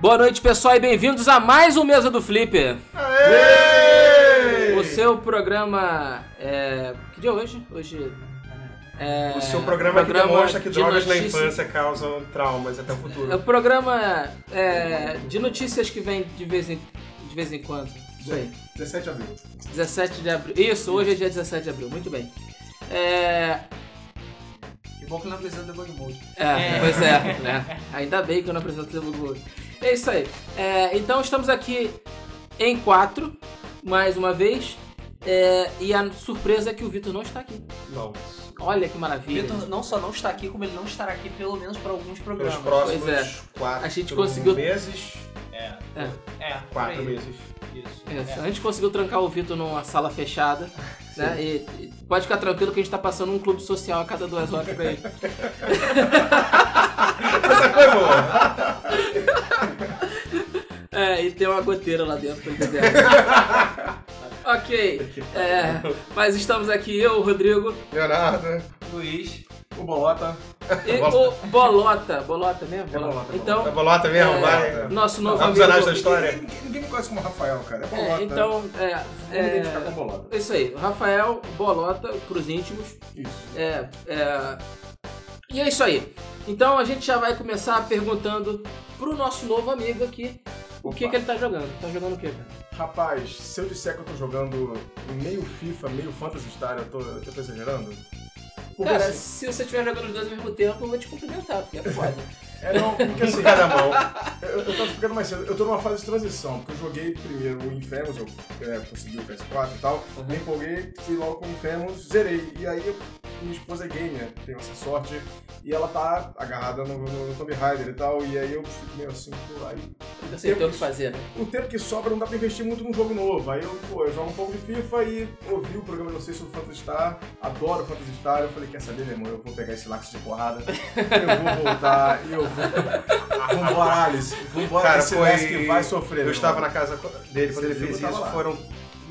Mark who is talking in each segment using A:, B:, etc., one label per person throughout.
A: Boa noite, pessoal, e bem-vindos a mais um Mesa do Flipper.
B: Aê!
A: O seu programa é. Que dia é hoje? Hoje. É...
B: O seu programa, que demonstra que
A: de
B: drogas na
A: notícia-
B: infância causam traumas até o
A: É o
B: futuro.
A: programa é, de notícias que vem de vez em, de vez em quando. Isso aí.
C: 17 de abril.
A: 17 de abril. Isso, hoje é dia 17 de abril, muito bem. É.
D: Que bom que não precisa do bug mode.
A: É, pois é, né? Ainda bem que eu não preciso ter bug mode. É isso aí. É, então estamos aqui em quatro, mais uma vez. É, e a surpresa é que o Vitor não está aqui.
B: Não.
A: Olha que maravilha.
D: Vitor não só não está aqui, como ele não estará aqui pelo menos para alguns
B: Pelos
D: programas.
B: próximos
A: Pois é.
B: quatro
A: A gente conseguiu-
B: meses.
D: É, por
B: Quatro
D: aí.
B: meses.
D: Isso.
A: É,
D: É.
A: A gente conseguiu trancar o Vitor numa sala fechada, né? E, e pode ficar tranquilo que a gente tá passando um clube social a cada duas horas pra ele.
B: Essa foi boa.
A: É, e tem uma goteira lá dentro pra ele beber. ok. É, mas estamos aqui, eu, o Rodrigo,
C: Leonardo,
D: Luiz.
C: o Bolota.
A: e o Bolota. Bolota mesmo?
C: É Bolota,
A: Então,
B: Tá bolota mesmo,
A: É.
B: vai.
A: nosso novo
B: Vamos
A: amigo.
B: analisar essa um história.
C: Ninguém, ninguém- ninguém me conhece como Rafael, cara. É Bolota.
A: É, então, é,
C: Vamos me
A: é,
C: identificar com Bolota.
A: isso aí. Rafael, Bolota, pros íntimos.
C: Isso.
A: É, é... E é isso aí. Então a gente já vai começar perguntando pro nosso novo amigo aqui o que,
C: Opa.
A: que ele tá jogando. Tá jogando o que, cara?
C: Rapaz, se eu disser que eu tô jogando meio FIFA, meio Phantasy Star, eu tô, eu tô exagerando? Porque
A: Cara, se
C: assim,
A: você estiver jogando os dois ao mesmo tempo, eu vou te cumprimentar, porque é foda.
C: é não, porque assim,
B: Com cada mão.
C: eu, eu tava explicando mais cedo, eu tô numa fase de transição, porque eu joguei primeiro o Infamous, eu é, consegui o PS4 e tal,
A: Uhum.
C: me empolguei, fui logo com o Infamous, zerei. E aí eu- minha esposa é gamer, tenho essa sorte, e ela tá agarrada no, no, no Tomb Raider e tal, e aí eu fico meio assim, pô, aí
A: Porque eu sei ter o que fazer. né?
C: o tempo que sobra não dá pra investir muito num jogo novo. Aí eu, pô, eu jogo um pouco de FIFA e ouvi o programa de vocês sobre Phantasy Star, adoro Phantasy Star. Eu falei, quer saber, meu irmão, eu vou pegar esse lápis de porrada, eu vou voltar e eu vou. Vambora, Alice. Vambora,
B: Cara,
C: esse
B: foi-
C: Alice que vai sofrer.
B: Eu
C: meu
B: estava na
C: irmão.
B: casa dele quando ele
C: Esse
B: fez
C: filme
B: isso.
C: tava lá.
B: Foram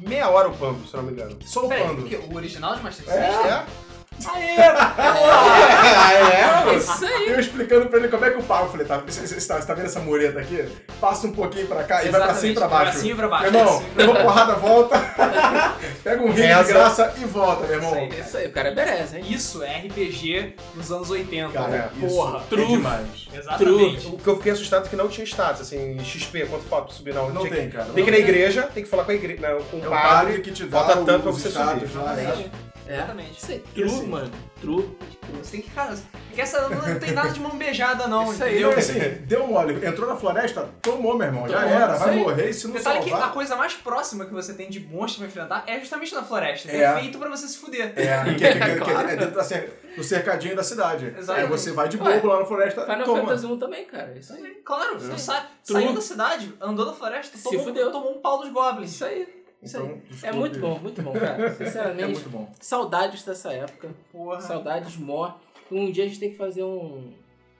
B: meia hora o pampo, se não me engano.
C: Só o
D: Peraí,
C: pando.
D: o, quê? o original de Master System?
C: É,
B: É,
A: É
B: é,
A: isso aí.
C: eu explicando pra ele como é que eu pago. Eu falei, tá, você você tá, você tá vendo essa mureta aqui? Passa um pouquinho pra cá e vai pra cima e pra baixo.
D: Pra cima e pra baixo.
C: Meu irmão, leva uma porrada, volta, pega um rio de
B: Reza.
C: graça e volta, meu
D: Isso aí,
C: irmão.
A: É isso aí, o cara merece, hein?
D: Isso é RPG nos anos 80.
C: Cara, isso
D: Porra.
C: é demais.
D: Exatamente.
B: O que eu fiquei assustado é que não tinha status, assim, XP, quanto falta pra subir, não.
C: Não
B: Tinha que-
C: tem, cara.
B: Tem que ir
C: Não
B: na igreja, tem que falar com a igreja, não, com
C: É
B: o
C: o
B: padre.
C: padre que te dá
B: bota
C: os
B: tampa pra você
C: status
B: subir.
C: lá, né?
A: É.
D: Exatamente.
A: Isso aí, true,
C: assim?
A: mano. True.
D: Você tem que cara, que essa não tem nada de mão beijada não,
A: Isso aí.
C: Então,
D: entendeu?
C: assim, deu mole. Entrou na floresta, tomou, meu irmão. Já
A: Tomou, tá
C: era,
A: isso
C: vai
A: aí.
C: morrer. E se não
D: Detalhe é que a
C: salvar...
D: coisa mais próxima que você tem de monstro pra enfrentar é justamente na floresta.
C: É.
D: Perfeito pra você se fuder.
C: É, que, que, que, que, é dentro da cer- do cercadinho da cidade.
D: Exatamente.
C: Aí você vai de
A: Ué,
C: bobo lá na floresta,
A: Final
C: toma.
A: Fantasy 1 também, cara. É Isso aí.
D: Claro, você sa
A: True.
D: saiu da cidade, andou na floresta,
A: Se fudeu.
D: tomou, tomou um pau dos
A: É
D: goblins.
A: Isso aí. Isso aí.
C: Então,
A: É
C: desculpe.
A: muito bom, muito bom, cara.
C: É
A: Sinceramente,
C: muito bom.
A: saudades dessa época.
D: Porra.
A: Saudades mó. Um dia a gente tem que fazer um,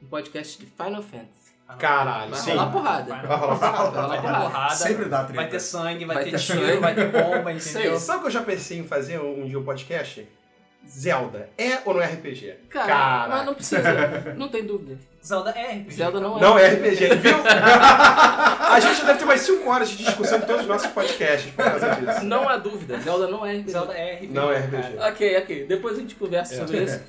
A: um podcast de Final Fantasy.
B: Caralho,
A: Vai
B: sim.
A: rolar porrada.
D: Vai
B: Vai rolar porrada.
A: Vai
D: Vai
A: rolar
D: ter
A: porrada.
D: porrada,
C: Sempre dá
D: vai
C: treta.
D: ter sangue, vai,
A: Vai
D: ter,
A: ter
D: tiro,
A: sangue.
D: vai ter bomba,
A: Isso
D: entendeu?
B: Sabe o que eu já pensei em fazer um dia um podcast? Zelda. É ou não é RPG?
A: Cara,
B: Caraca.
A: mas não precisa. Não tem dúvida.
D: Zelda é RPG.
A: Zelda não é.
B: Não é RPG, viu? A gente deve ter mais 5 horas de discussão em todos os nossos podcasts por causa disso.
A: Não há dúvida. Zelda não é RPG.
D: Zelda é RPG.
B: Não é
D: cara.
B: RPG.
A: Ok, ok. Depois a gente conversa
B: É.
A: sobre isso.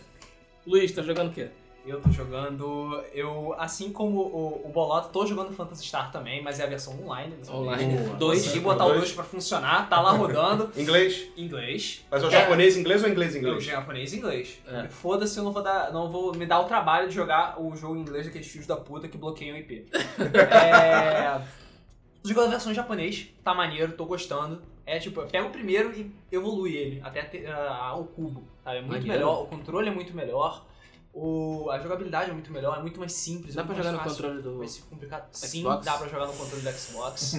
A: Luiz, tá jogando o quê?
D: Eu tô jogando. Eu, assim como o, o Bolota, tô jogando Phantasy Star também, mas é a versão online. dessa vez.
A: Online.
C: Boa.
A: Dois.
D: Consegui botar o
B: Dois.
D: 2 pra funcionar, tá lá rodando.
B: Inglês?
D: Em inglês.
B: Mas é o
A: É.
B: japonês em inglês ou inglês em
D: Eu
B: inglês?
D: japonês e inglês.
A: É.
D: Foda-se, eu não vou dar. Não vou me dar o trabalho de jogar o jogo em inglês daqueles filhos da puta que bloqueiam o IP. é. Jogando a versão em japonês, tá maneiro, tô gostando. É tipo, pega o primeiro e evolui ele até ter, ah, ao cubo. Sabe? É muito
A: Maneiro.
D: melhor, o controle é muito melhor, o, a jogabilidade é muito melhor, é muito mais simples.
A: Dá
D: é
A: pra
D: muito
A: jogar no
D: mais fácil.
A: controle do.
D: Vai ser complicado. Sim,
A: Xbox?
D: dá pra jogar no controle do Xbox.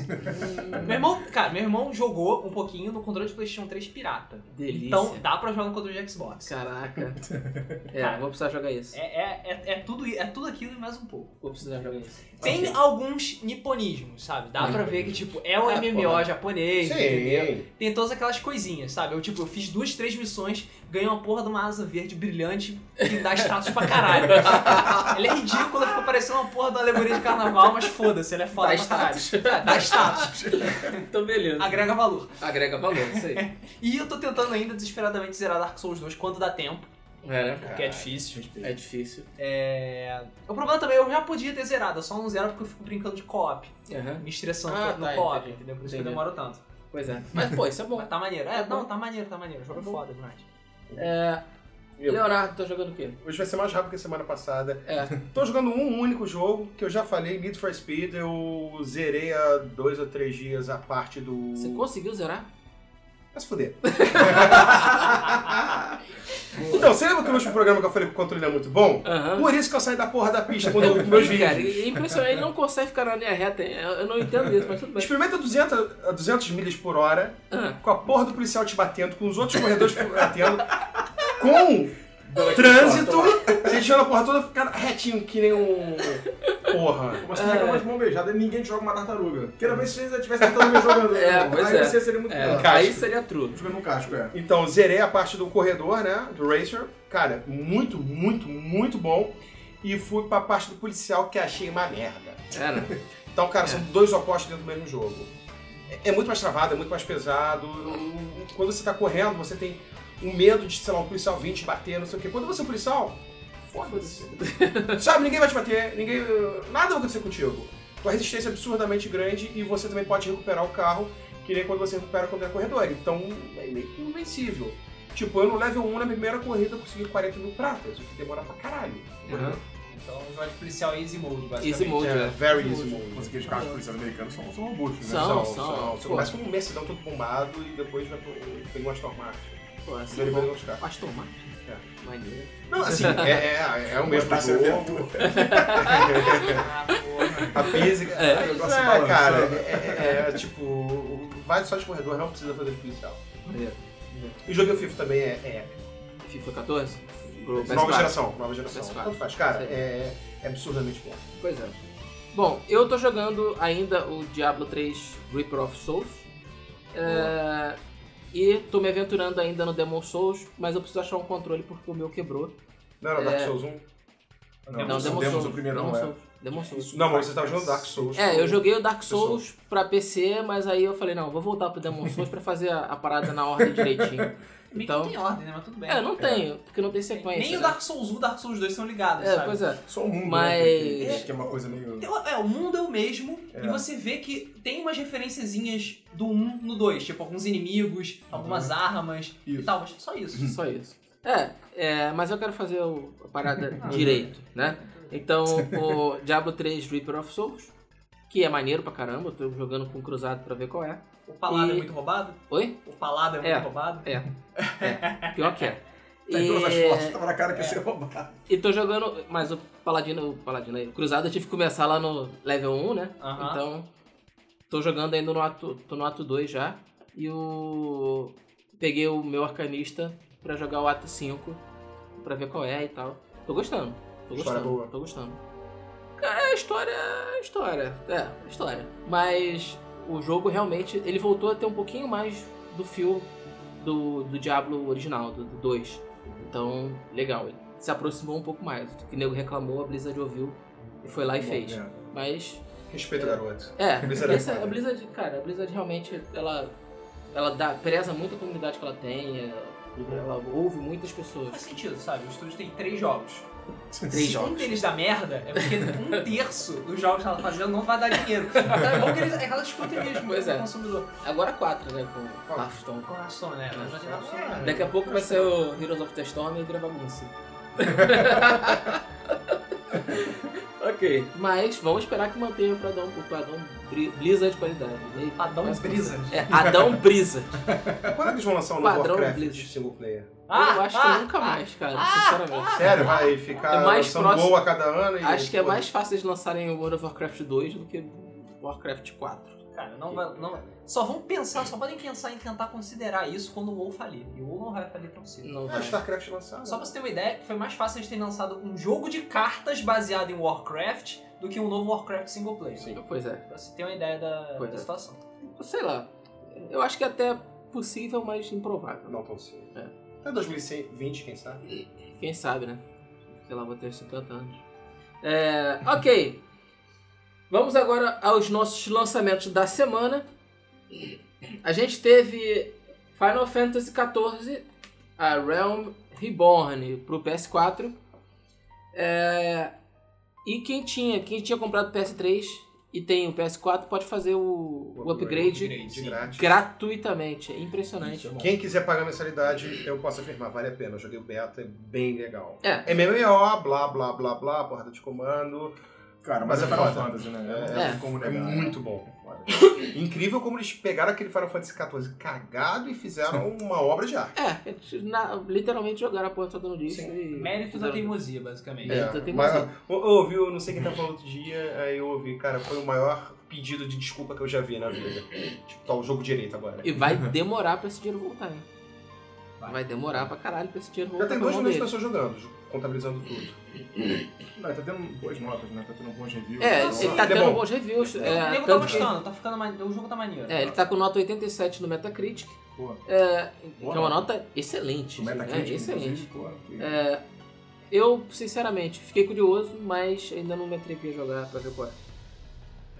D: meu irmão, cara, meu irmão jogou um pouquinho no controle de PlayStation 3 pirata.
A: Delícia.
D: Então dá pra jogar no controle de Xbox.
A: Caraca. É,
D: Cara.
A: vou precisar jogar isso.
D: É, é, é, é tudo, é tudo aquilo e mais um pouco.
A: Vou precisar jogar isso.
D: Tem
A: Ok.
D: alguns niponismos, sabe? Dá pra ver que, tipo, é um
A: Ah,
D: MMO
A: porra.
D: japonês, entendeu?
B: Sim.
D: Tem todas aquelas coisinhas, sabe? Eu, tipo, eu fiz duas, três missões, ganhei uma porra de uma asa verde brilhante que dá Kratos pra caralho. Ele é ridículo, fica parecendo uma porra da alegoria de carnaval, mas foda-se, ele é foda
A: Dá
D: pra caralho.
A: Tá status.
D: É, dá status.
A: Então, beleza.
D: Agrega valor.
A: Agrega valor, isso aí.
D: E eu tô tentando ainda desesperadamente zerar Dark Souls 2 quando dá tempo,
A: É, né?
D: porque é difícil.
A: É difícil.
D: É... O problema também, eu já podia ter zerado, eu só não zero porque eu fico brincando de co-op.
A: Aham.
D: Me estressando
A: Ah,
D: no
A: tá,
D: co-op,
A: entendi.
D: entendeu? Por isso que eu
A: Entendi.
D: demoro tanto.
A: Pois é. Mas, pô, isso é bom.
D: Mas tá maneiro. É,
A: Tá bom.
D: não, tá maneiro, tá maneiro. O jogo é foda demais.
A: É,
B: Eu.
A: Leonardo, tá jogando o quê?
B: Hoje vai ser mais rápido que a semana passada.
A: É.
B: Tô jogando um único jogo que eu já falei, Need for Speed. Eu zerei há dois ou três dias a parte do.
A: Você conseguiu zerar?
B: Vai se fuder. então, você lembra que no último programa que eu falei que o controle é muito bom?
A: Aham.
B: Por isso que eu saí da porra da pista quando eu vi meus
A: então, Cara,
B: vídeos.
A: é impressionante. Ele não consegue ficar na linha reta. hein? Eu eu não entendo isso, mas tudo bem.
B: Experimenta 200, a 200 milhas por hora,
A: Ah,
B: com a porra do policial te batendo, com os outros corredores te batendo, com trânsito, gente joga a porra toda, ficando retinho que nem um... Porra.
C: Mas também é uma de mão beijada, ninguém joga uma tartaruga. Queira ver se você tivesse tartaruga jogando.
A: É,
C: né, irmão?
A: pois
C: Aí
A: é.
C: você seria muito
A: é,
C: melhor.
A: aí seria true.
C: Jogando um casco, é.
B: Então, zerei a parte do corredor, né? Do Racer. Cara, muito, muito, muito bom. E fui pra parte do policial que achei uma merda.
A: É, né?
B: Então, cara, são dois opostos dentro do mesmo jogo. É- É muito mais travado, é muito mais pesado. O- o- Quando você tá correndo, você tem um medo de, sei lá, um policial vir te bater, não sei o quê. Quando você é um policial, foda-se. Sabe, ninguém vai te bater, ninguém. Nada vai acontecer contigo. Tua resistência é absurdamente grande e você também pode recuperar o carro, que nem quando você recupera quando é corredor. Então, é meio que invencível. Tipo, eu no level 1 na minha primeira corrida eu consegui 40 mil pratas, o que demora pra caralho. Uhum.
A: Aham.
D: Então, jogo de policial é easy mode, basicamente.
A: Easy mode, é.
B: very
C: Os que os carros policiais americanos são, são robustos, né?
A: São,
B: São,
A: são.
B: são. Você
A: Pô.
B: começa com um mercedão todo bombado e depois vai pro. Tem um Aston Martin.
A: Pô, assim,
B: Ele vai buscar.
A: Aston Martin. É. Maneiro.
B: Não, assim, é, é, é o mesmo
C: Gostar de ser
B: jogo.
D: Ah, porra.
B: A física.
A: É.
B: É,
C: Negócio balança.
B: cara. É, é, é, tipo. Vai só de corredor, não precisa fazer de policial.
A: Maneiro.
B: E joguei o FIFA também, é. é
A: FIFA 14? Pro PS4.
B: nova geração, nova geração.
A: PS4.
B: Tanto faz. Cara,
A: Sei.
B: é, é absurdamente bom.
A: Pois é. Bom, eu tô jogando ainda o Diablo 3 Reaper of Souls. É, E tô me aventurando ainda no Demon Souls, mas eu preciso achar um controle porque o meu quebrou.
B: Não era
A: É.
B: Dark Souls 1?
C: Não,
A: Não,
C: não
A: Demon
C: demos
A: Souls.
C: o primeiro,
A: Demon
C: não é.
A: Souls. Demon Souls.
B: Não, mas você tava jogando Dark Souls.
A: É, eu joguei o Dark Souls pra PC, mas aí eu falei, não, vou voltar pro Demon Souls pra fazer a, a parada na ordem direitinho.
D: Meio que
A: Então-
D: não tem ordem, né? Mas tudo bem.
A: É, eu não tenho, porque não tem sequência.
D: Nem o
A: né?
D: Dark Souls 1 e o Dark Souls 2 são ligados,
A: É,
D: sabe?
A: pois é.
C: Só o mundo,
A: Mas-
C: né? que- que- Que é uma coisa meio...
D: Tem- É, o mundo é o mesmo,
C: É.
D: e você vê que tem umas referenciazinhas do 1 no 2, tipo alguns inimigos,
A: Uhum.
D: algumas armas e
C: Isso.
D: tal, mas só isso.
A: Só isso. É, é, mas eu quero fazer o- a parada direito, né? Então, o Diablo 3 Reaper of Souls, que é maneiro pra caramba, eu tô jogando com o cruzado pra ver qual é.
D: O Palado
A: E-
D: é muito roubado,
A: Oi?
D: o Palado é muito
A: É.
D: roubado.
A: É. é. Pior que é.
C: Tá em todas as fotos,
A: E,
C: tava na cara que ia
D: É.
C: ser roubado. Tá
A: e tô jogando, mas o Paladino, o Paladino aí, o Cruzado eu tive que começar lá no level 1, né?
D: Aham.
A: Então, tô jogando ainda no ato, tô no ato 2 já. E o. Peguei o meu arcanista pra jogar o ato 5, pra ver qual é e tal. Tô gostando, tô
B: História
A: gostando,
B: boa.
A: tô gostando. Cara, a história, a história, é, a história. Mas o jogo realmente, ele voltou a ter um pouquinho mais do fio do, do Diablo original, do 2. Então, legal, ele se aproximou um pouco mais. O que o nego reclamou, a Blizzard ouviu e foi lá e fez.
C: É.
A: Mas
B: Respeita, garoto.
A: é,
B: A Blizzard é
A: essa-
B: foda.
A: a Blizzard, cara, a Blizzard realmente, ela, ela dá, preza muito a comunidade que ela tem, é, ela ouve muitas pessoas.
D: Faz sentido, sabe? O estúdio tem três jogos.
A: Três
D: Se um
A: jogos.
D: deles dá merda, é porque um terço dos jogos que ela tá fazendo não vai dar dinheiro. Então é bom que eles, é que ela escute mesmo,
A: Pois
D: o
A: é.
D: consumidor.
A: Agora quatro, né, com Hearthstone.
D: Coração, né? Ela já tem dado merda.
A: Daqui a pouco vai ser o Heroes of the Storm e vira bagunça. ok. Mas vamos esperar que mantenha o padrão, o padrão bri- Blizzard de qualidade. né?
D: Padrão
A: Mas-
D: brisa.
A: É, Adão Brisa.
B: Quando é que eles vão lançar o novo
A: Padrão
B: Warcraft
A: Blizzard.
B: single player?
D: Ah,
A: Eu acho que nunca mais, cara, sinceramente.
B: Sério, vai ficar
A: É mais
B: lançando
A: próximo-
B: gol a cada ano e...
A: Acho que é
B: Pô,
A: mais fácil eles lançarem o World of Warcraft 2 do que Warcraft 4.
D: Cara, não vai. Não, só vão pensar, só podem pensar em tentar considerar isso quando o WoW falir. E o WoW não vai falir tão cedo.
A: Não
B: É,
A: vai.
B: StarCraft lançado.
D: Só pra você ter uma ideia, foi mais fácil eles terem lançado um jogo de cartas baseado em Warcraft do que um novo Warcraft single player.
B: Sim.
A: Pois é.
D: Pra você ter uma ideia da,
A: Pois
D: da
A: é.
D: situação.
A: Sei lá. Eu acho que é até possível, mas improvável.
B: Não tão cedo.
A: É.
B: Até 2020, quem sabe?
A: Quem sabe, né? Sei lá, vou ter 50 anos. É, ok. Vamos agora aos nossos lançamentos da semana. A gente teve Final Fantasy XIV, a Realm Reborn, pro PS4. É, e quem tinha, quem tinha comprado o PS3 e tem o PS4 pode fazer o, o upgrade,
B: de grátis.
A: gratuitamente. É impressionante.
B: Quem quiser pagar mensalidade, eu posso afirmar, vale a pena. Eu joguei o beta, é bem legal.
A: É.
B: MMO, blá blá blá blá, borda de comando.
C: Cara,
B: Mas
C: mas,
B: é
C: é Final
B: foda.
C: Fantasy, né?
B: É,
C: Não tem como
B: É
C: negar, né?
B: muito bom.
C: Foda.
B: É Incrível como eles pegaram aquele Final Fantasy XIV cagado e fizeram uma obra de arte.
A: É, eles na- literalmente jogaram a porta toda no disco e.
D: Mérito da
A: fizeram-
D: teimosia, basicamente.
A: É. então tem
B: mas,
A: mais um.
B: eu ouvi, eu não sei quem tá falando outro dia, aí eu ouvi, cara, foi o maior pedido de desculpa que eu já vi na vida. Tipo, tá o jogo direito agora.
A: E vai demorar pra esse dinheiro voltar, hein? Vai demorar pra caralho pra esse dinheiro voltar.
B: Já tem
A: pra
B: dois
A: mão
B: milhões de
A: deles.
B: pessoas jogando, ju- contabilizando tudo.
C: Não, tá tendo boas notas, né? Tá tendo bons reviews.
A: É,
C: Então,
A: ele tá
B: Ele é
A: tendo
B: bom.
A: bons reviews.
C: O
A: é,
D: o nego tá
A: tanto que-
D: gostando, tá ficando mane- o jogo tá maneiro.
A: É, ele tá com nota 87 no Metacritic,
C: Pô,
A: que é uma nota excelente.
C: o Metacritic,
A: né? Excelente.
C: inclusive, pô. que-
A: Eu, sinceramente, fiquei curioso, mas ainda não me atrevi a jogar pra ver qual é.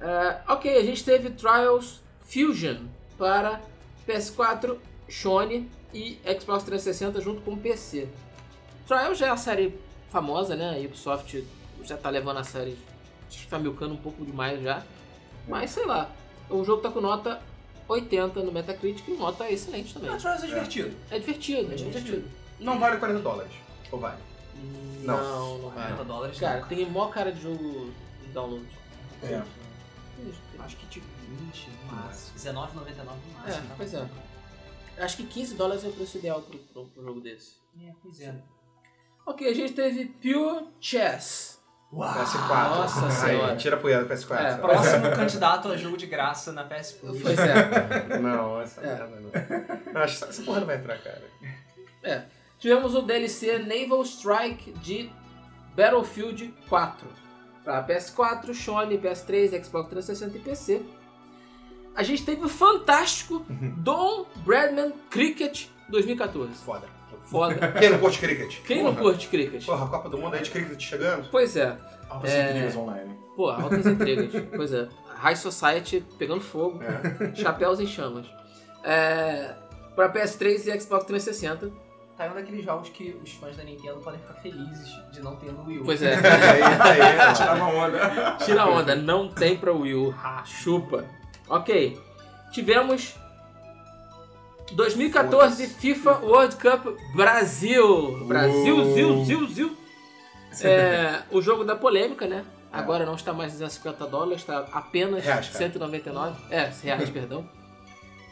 A: É, ok, a gente teve Trials Fusion para PS4, Sony e Xbox 360 junto com o PC. Trials já é a série famosa, né? A Ubisoft já tá levando a série, acho que tá milcando um pouco demais já. Mas sei lá, o jogo tá com nota 80 no Metacritic e nota excelente também.
D: Ah, Trials é divertido.
A: É divertido, é divertido.
B: Não vale 40 dólares. Ou vale? Não.
A: Não, não vai.
D: 40 dólares.
A: É.
D: né?
A: Cara, tem mó cara de jogo de download.
C: É.
D: acho que tipo 20 no máximo. 19,99 no
A: É,
D: máximo. tá
A: pois é. Acho que 15 dólares é o preço ideal pro, pro, pro jogo desse.
D: É, pois é.
A: Ok, a gente teve Pure Chess.
B: PS4.
A: Nossa
B: Ai,
A: senhora.
B: Tira a poeira do PS4.
A: É,
D: Próximo candidato a jogo de graça na PS Plus.
A: Pois é.
B: Não, essa
A: É.
B: merda não. não. acho que Essa porra não vai entrar, cara.
A: Tivemos o DLC Naval Strike de Battlefield 4. Pra PS4, Sony, PS3, Xbox 360 e PC. A gente teve o fantástico Don Bradman Cricket 2014.
B: Foda.
A: Foda.
B: Quem não curte cricket?
A: Quem não
B: Porra.
A: curte cricket?
B: Porra, a Copa do Mundo aí de cricket chegando?
A: Pois é.
C: Altas
A: É.
C: intrigas online.
A: Pô, altas intrigas. pois é. High Society pegando fogo, chapéus em chamas. É, pra PS3 e Xbox 360.
D: Tá um daqueles jogos que os fãs da Nintendo podem ficar felizes de não ter no Wii U.
A: Pois é.
B: Aí, aí,
C: Tirar uma onda.
A: Tira a onda, não tem pra Wii U. Ha, chupa. Ok. Tivemos 2014 FIFA World Cup Brasil. Brasil,
C: Uou.
A: zil, zil, zil. É, o jogo da polêmica, né? Agora não está mais 250 dólares, está apenas
B: Reais, cara.
A: 199. É, reais, perdão.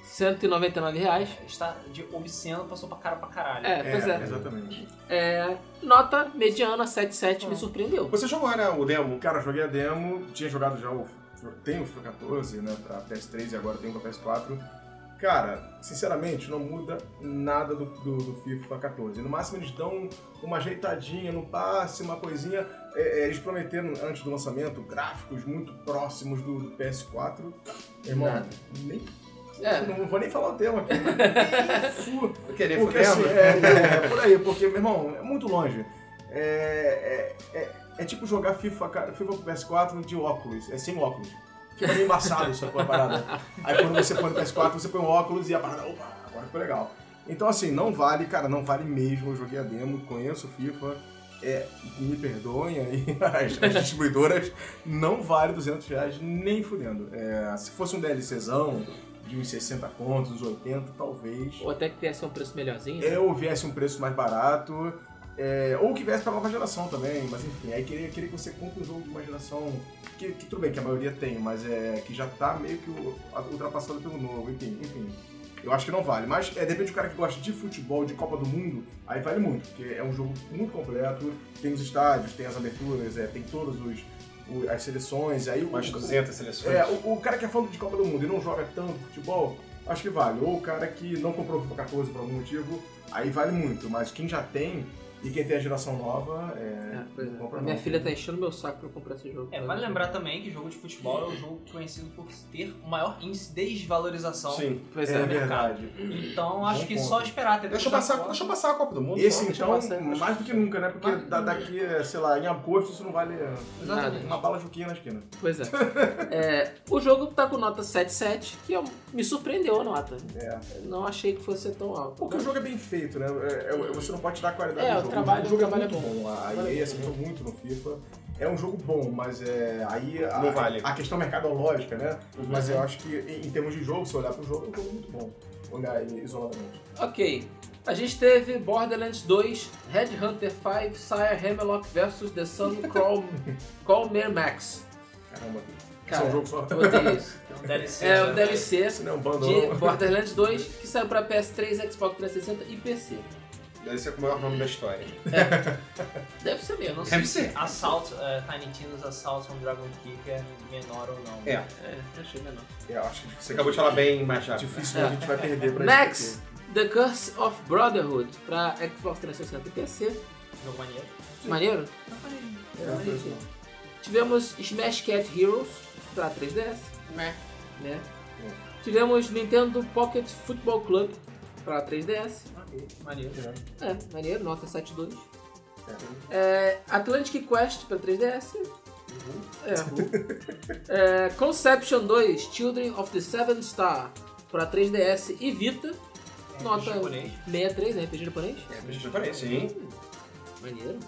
A: 199 reais.
D: Está de obsceno, passou pra cara pra caralho.
A: É, pois é.
C: Exatamente.
A: É, nota mediana 77 me surpreendeu.
B: Você jogou, né, o demo?
C: Cara, eu joguei a demo, tinha jogado já o. Tem o FIFA 14, né? Pra PS3 e agora tem pra PS4. Cara, sinceramente, não muda nada do, do, do FIFA 14. No máximo eles dão uma ajeitadinha no passe, uma coisinha. É, é, eles prometeram antes do lançamento gráficos muito próximos do, do PS4. Irmão,
A: Nada.
C: nem.
A: É.
C: Não vou nem falar o tema aqui. né? Fu-
B: Porque nem
C: porque,
B: fudendo.
C: assim, é, é, por aí, porque, meu irmão, é muito longe. É, é, é, é tipo jogar FIFA, cara, FIFA pro PS4 de óculos, é sem óculos. Fica meio embaçado essa porra parada. Aí quando você põe no PS4, você põe um óculos e a parada, opa, agora ficou legal. Então assim, não vale, cara, não vale mesmo. Eu joguei a demo, conheço o FIFA, é, me perdoem aí as, as distribuidoras, não vale 200 reais nem fudendo. É, se fosse um DLCzão de uns 60 contos, uns 80, talvez
A: Ou até que viesse um preço melhorzinho. né?
C: é, ou viesse um preço mais barato, é, ou que viesse pra nova geração também, mas enfim, aí queria, queria que você compre um jogo de uma geração que, que tudo bem que a maioria tem, mas é que já tá meio que u- a- ultrapassado pelo novo, enfim, enfim. Eu acho que não vale, mas é, depende do cara que gosta de futebol, de Copa do Mundo, aí vale muito, porque é um jogo muito completo, tem os estádios, tem as aberturas, é, tem todas os, o- as seleções, aí o-
B: Umas
C: o,
B: 200 seleções.
C: é, o, o cara que é fã de Copa do Mundo e não joga tanto futebol, acho que vale. Ou o cara que não comprou o FIFA 14 por algum motivo, aí vale muito. Mas quem já tem, E quem tem a geração nova é.
A: É, pois é.
C: compra
A: A minha
C: não.
A: filha tá enchendo meu saco pra eu comprar esse jogo.
D: É, vale lembrar também que jogo de futebol é o jogo conhecido por ter o maior índice de desvalorização.
B: Sim.
A: Pois
C: É
A: é.
C: verdade.
D: Então
C: Bom
D: acho que
C: ponto.
D: só esperar até
B: Deixa eu, passar, deixa eu passar a Copa do Mundo.
C: Esse
B: só.
A: deixa
C: então,
A: eu passar.
C: mais do que nunca, né? Porque da- daqui, é, sei lá, em agosto isso não vale é,
D: Exatamente.
C: uma bala juquinha na esquina.
A: Pois é. É, O jogo tá com nota 7,7, que eu- me surpreendeu a nota.
C: É.
A: Não achei que fosse ser tão alto.
C: Porque o jogo é bem feito, né? É, é, você não pode tirar a qualidade
A: É,
C: do
A: o
C: jogo.
A: trabalho-
C: o jogo
A: o trabalho
C: é
A: é
C: muito
A: bom.
C: bom. A
A: trabalho é
C: EA
A: bom.
C: acertou muito no FIFA. É um jogo bom, mas é, aí a,
B: Não vale.
C: a questão mercadológica, né?
B: Uhum.
C: Mas eu acho que em, em termos de jogo, se olhar pro jogo, é um jogo muito bom. Olhar ele isoladamente.
A: Ok. A gente teve Borderlands 2, Red Hunter 5, Sire Hammerlock vs The Sun Crawl Crawlmer Max.
C: Caramba.
A: Cara,
C: Isso é um jogo só.
A: eu odeio isso.
D: É um DLC.
A: É
D: né?
A: o DLC
C: Isso não é um bando,
A: de
C: não.
A: Borderlands 2, que saiu pra PS3, Xbox 360 e PC.
B: Esse é o maior nome da história.
A: Deve ser mesmo. não sei.
B: Deve ser.
D: Assault, eh, Tiny Tina's Assault on Dragon Kick é menor ou não.
B: É.
A: É, achei menor.
C: É, eu acho que
B: Você acabou de falar bem mais rápido.
C: Difícil a gente vai perder pra
A: É. Max,
C: isso
A: The Curse of Brotherhood, pra Xbox 360 e PC.
D: Jogo maneiro.
A: Maneiro?
C: aqui. É, foi isso mesmo.
A: Tivemos Smash Cat Heroes pra 3DS.
D: Meh.
A: Né? Tivemos Nintendo Pocket Football Club pra 3DS.
D: Maneiro.
A: É, maneiro, nota 7.2.
C: É.
A: É, Atlantic Quest pra 3DS. É, uhul. É, Conception 2, Children of the Seven Star pra 3DS e Vita.
D: É,
A: Nota
D: japonês.
A: 63, né? RPG japonês.
B: É, mas já parei, sim.
A: Maneiro.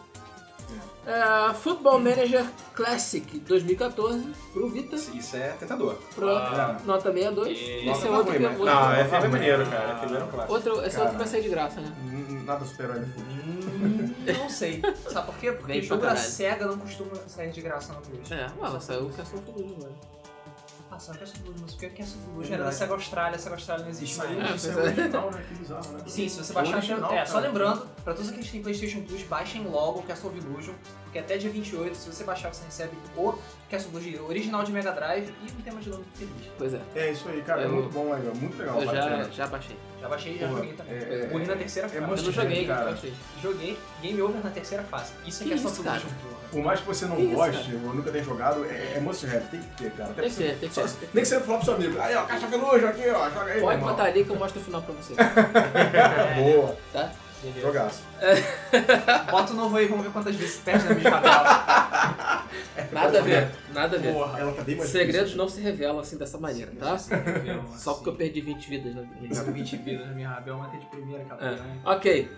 A: É, Football Manager Classic 2014 pro Vita.
B: Isso é tentador.
A: Pro
C: Ah.
A: nota 62.
D: E-
A: Esse
B: Nossa,
A: é
B: tá
A: outro
B: ruim,
A: que
B: mas-
A: outro-
B: Não, é
C: Tá
B: filme
C: ruim.
B: maneiro, cara. É filme é um clássico.
A: Outro, esse é outro que vai sair de graça, né?
C: N- Nada super-herói no futebol.
D: Hum, não sei. Sabe por quê? Porque
A: Vem
D: o jogo
A: pra
D: da
A: caralho.
D: SEGA não costuma sair de graça na Plus.
A: É, ué, saiu o Castle of Luz agora.
D: Ah, só Castle Blue, mas o que é Castle Blue?
C: É
D: Era da
C: verdade.
D: SEGA Austrália, a SEGA Austrália não existe
C: Isso
D: mais.
C: aí,
A: É,
C: isso é
A: pois é.
C: original, né? Que bizarro, né?
D: Sim, se você baixar.
C: Original,
D: é, só
C: cara.
D: lembrando, pra todos aqueles que têm PlayStation Plus, baixem logo o Castle of Illusion, porque até dia 28, se você baixar, você recebe o Castle of Illusion original de Mega Drive e um tema de nome feliz.
A: Pois
B: Então
A: é,
C: É isso aí, cara. É
A: Eu-
C: muito bom aí, ó. Muito legal.
A: eu
C: vale a
A: já,
C: pena.
A: já baixei.
D: Já baixei e já
C: Pô,
D: joguei também.
C: é-
D: Morri na terceira
C: é
D: fase.
A: Eu
C: Nossa,
A: não joguei,
C: cara.
A: eu baixei.
D: Joguei game over na terceira fase. Isso é
A: Que
D: Castle
A: isso,
D: of
A: cara?
D: Illusion, porra.
C: Por mais que você não
A: Que isso,
C: goste, ou nunca tenha jogado, é, é must have, tem que ter, cara. Até
A: Tem que
C: porque-
A: ter, tem que
C: só-
A: ter.
C: Nem que você falar pro seu amigo, aí ó, caixa peluja aqui, ó, joga aí.
A: Pode
C: meu irmão.
A: botar ali que eu mostro o final pra você,
D: É,
C: Boa,
A: tá?
D: Beleza.
C: jogaço.
D: é, Bota o novo aí, vamos ver quantas vezes você perde na mesma tabela.
A: Nada a ver, nada a ver.
C: Ela tá bem mais
A: Segredos
C: difícil.
A: não se revelam assim dessa maneira, tá? Só porque eu
D: Assim,
A: perdi 20 vidas na
D: Tá
A: minha.
D: com 20 vidas na minha raba, eu matei de primeira aquela
A: É.
D: piranha.
A: Ok.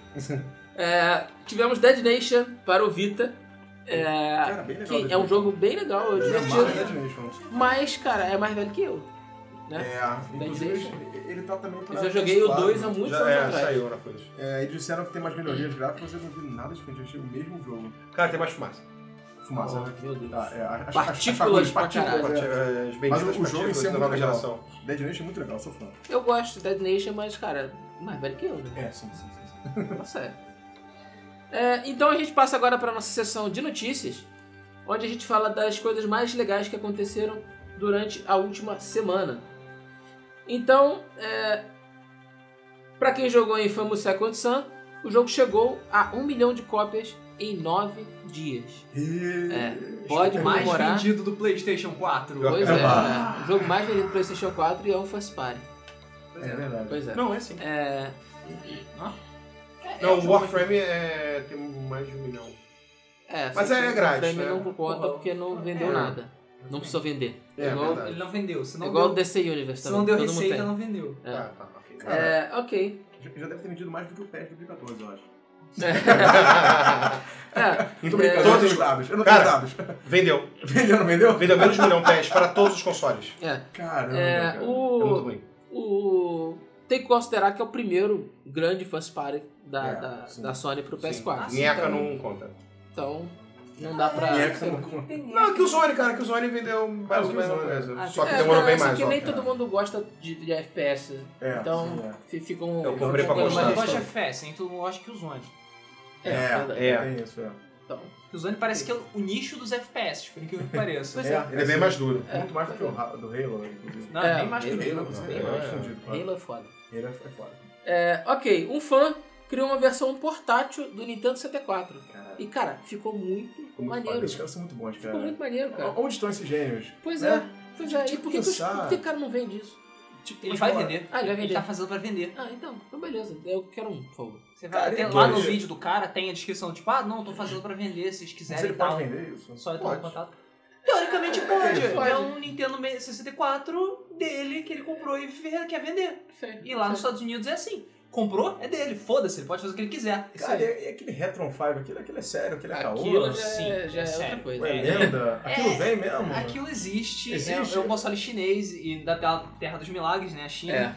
A: É, tivemos Dead Nation para o Vita. É,
C: Cara, bem legal.
A: que é um jogo bem legal,
C: Ele é
A: divertido. né?
C: Marvel Imagination.
A: Mas, cara, é mais velho que eu. Né?
C: É, inclusive ele tá também pra
A: Eu já joguei o
C: celular,
A: 2
C: né?
A: há um muitos
B: Já
A: anos
B: é,
A: atrás.
B: saiu na coisa.
C: É, eles disseram que tem mais melhorias gráficas, eu não vi nada diferente, eu achei o mesmo jogo.
B: Cara, tem mais fumaça.
C: Fumaça.
A: Oh, meu Deus.
C: Ah, é, as- as- as
A: Partículas
C: fagulhas,
A: pra
C: partículas,
A: caralho.
C: é.
B: As benditas
C: Mas o- o jogo em si é
B: partículas da
C: muito
B: nova
C: legal.
B: geração.
C: Dead Nation é muito legal, sou fã.
A: Eu gosto de Dead Nation, mas, cara, mais velho que eu, né?
C: É, sim, sim, sim. sim.
A: Nossa, é. É, então a gente passa agora para nossa sessão de notícias, onde a gente fala das coisas mais legais que aconteceram durante a última semana. Então, é, para quem jogou em Famous Second Sun, o jogo chegou a 1 milhão de cópias em 9 dias.
C: E-
A: É, pode
D: mais
A: comemorar.
D: vendido do PlayStation 4.
A: Pois é,
C: Ah.
A: né? o jogo mais vendido do PlayStation 4 e é um First Party.
D: Pois
C: É verdade.
A: Pois é.
B: Não, é sim.
A: É, um
B: Não, o Warframe é... tem mais de um milhão.
A: É,
B: Mas
A: só
B: é
A: que o
B: grátis,
A: Frame
B: né?
A: não conta porque não vendeu
D: É.
A: nada. Não precisou vender.
B: É,
A: igual
B: verdade.
D: Ele não vendeu. Se
A: é
D: não
A: igual o
D: deu,
A: DC Universe
D: se
A: também.
D: não deu
A: todo mundo
D: receita,
A: tem.
D: não vendeu.
A: É.
B: Tá, tá, ok.
A: É, ok.
C: Já já deve ter vendido mais do que o PES 2014, eu acho.
A: É,
C: Não tô
A: É.
C: brincando, eu não tenho dados. Eu não tenho
B: Cara.
C: dados.
B: Vendeu.
C: Vendeu, não vendeu?
B: Vendeu menos de um milhão pés para todos os consoles.
A: é.
C: Caramba,
A: É,
C: cara.
B: É muito
A: o,
B: ruim.
A: o. Tem que considerar que é o primeiro grande first party da,
C: É,
A: da,
C: sim.
A: da Sony pro
D: Ah,
A: PS4.
D: sim.
B: Nheca
A: então,
B: não conta.
A: Então, não dá pra.
C: E é que não conta.
B: Não, que o Zone, cara, que o Zone vendeu mais ou
C: que o Zone,
B: menos.
C: né?
B: é, Só que
A: É,
B: demorou
A: cara,
B: bem
A: só
B: mais.
A: que
B: ó.
A: nem todo mundo gosta de, de FPS.
C: É,
A: então,
C: sim, é.
A: fi- fica um.
B: Eu comprei
A: fica
B: pra
A: um
D: Todo
B: gostar.
D: mundo
A: negócio-
D: gosta de FS, nem todo mundo gosta que o Zone.
A: É,
C: É,
B: é.
C: tem isso, é.
A: Então,
D: O Zone parece que é o nicho dos FPS, por incrível que pareça.
A: Pois é.
B: Ele é bem mais duro.
A: É.
C: Muito mais do que o Ra- do Halo, inclusive.
D: Não,
A: É,
D: nem mais que o
A: ele- né?
D: Halo.
C: Halo,
B: não,
C: você-
B: ele-
C: é, é, confundido, claro.
A: Halo é foda.
C: Halo é foda.
A: É, ok, um fã criou uma versão portátil do Nintendo 64.
C: Caralho.
A: E, cara, ficou muito
C: Ficou muito foda.
A: maneiro.
C: Os caras são muito bons, cara.
A: Ficou muito maneiro, cara. É.
C: Onde estão esses gênios?
A: Pois
C: né?
A: é, pois é. E por que, que os-
C: pensar.
A: por que o cara não vende isso?
C: Tipo,
D: Ele vai
C: fala-
D: vender.
A: Ah, ele vai
D: Ele
A: vender.
D: tá fazendo pra vender.
A: Ah, então, então beleza. Eu quero um, por favor.
D: Você vai
C: Cara,
D: tem
C: ele
D: lá
C: pode.
D: no vídeo do cara, tem a descrição, tipo, ah, não, tô fazendo pra vender, se vocês
C: Mas
D: quiserem
C: ele
D: e tal.
C: pode vender isso?
D: Só entrar em
C: pode.
D: contato. Teoricamente pode.
A: pode.
D: É um Nintendo 64 dele que ele comprou e ve- quer vender.
A: Sei.
D: E lá nos Estados Unidos é assim. Comprou, é dele. Foda-se, ele pode fazer o que ele quiser.
C: Cara, e, e aquele Retron 5, aquilo, aquilo é sério, aquilo é caô.
A: Aquilo já,
D: Sim,
A: é- já
D: é
A: é, outra
D: sério.
A: coisa.
C: Ué,
D: é-
C: lenda. Aquilo
D: é-
C: vem mesmo?
D: Aquilo existe,
C: um- Existe?
D: É, é um console chinês e da da Terra dos Milagres, né? A China.
A: É.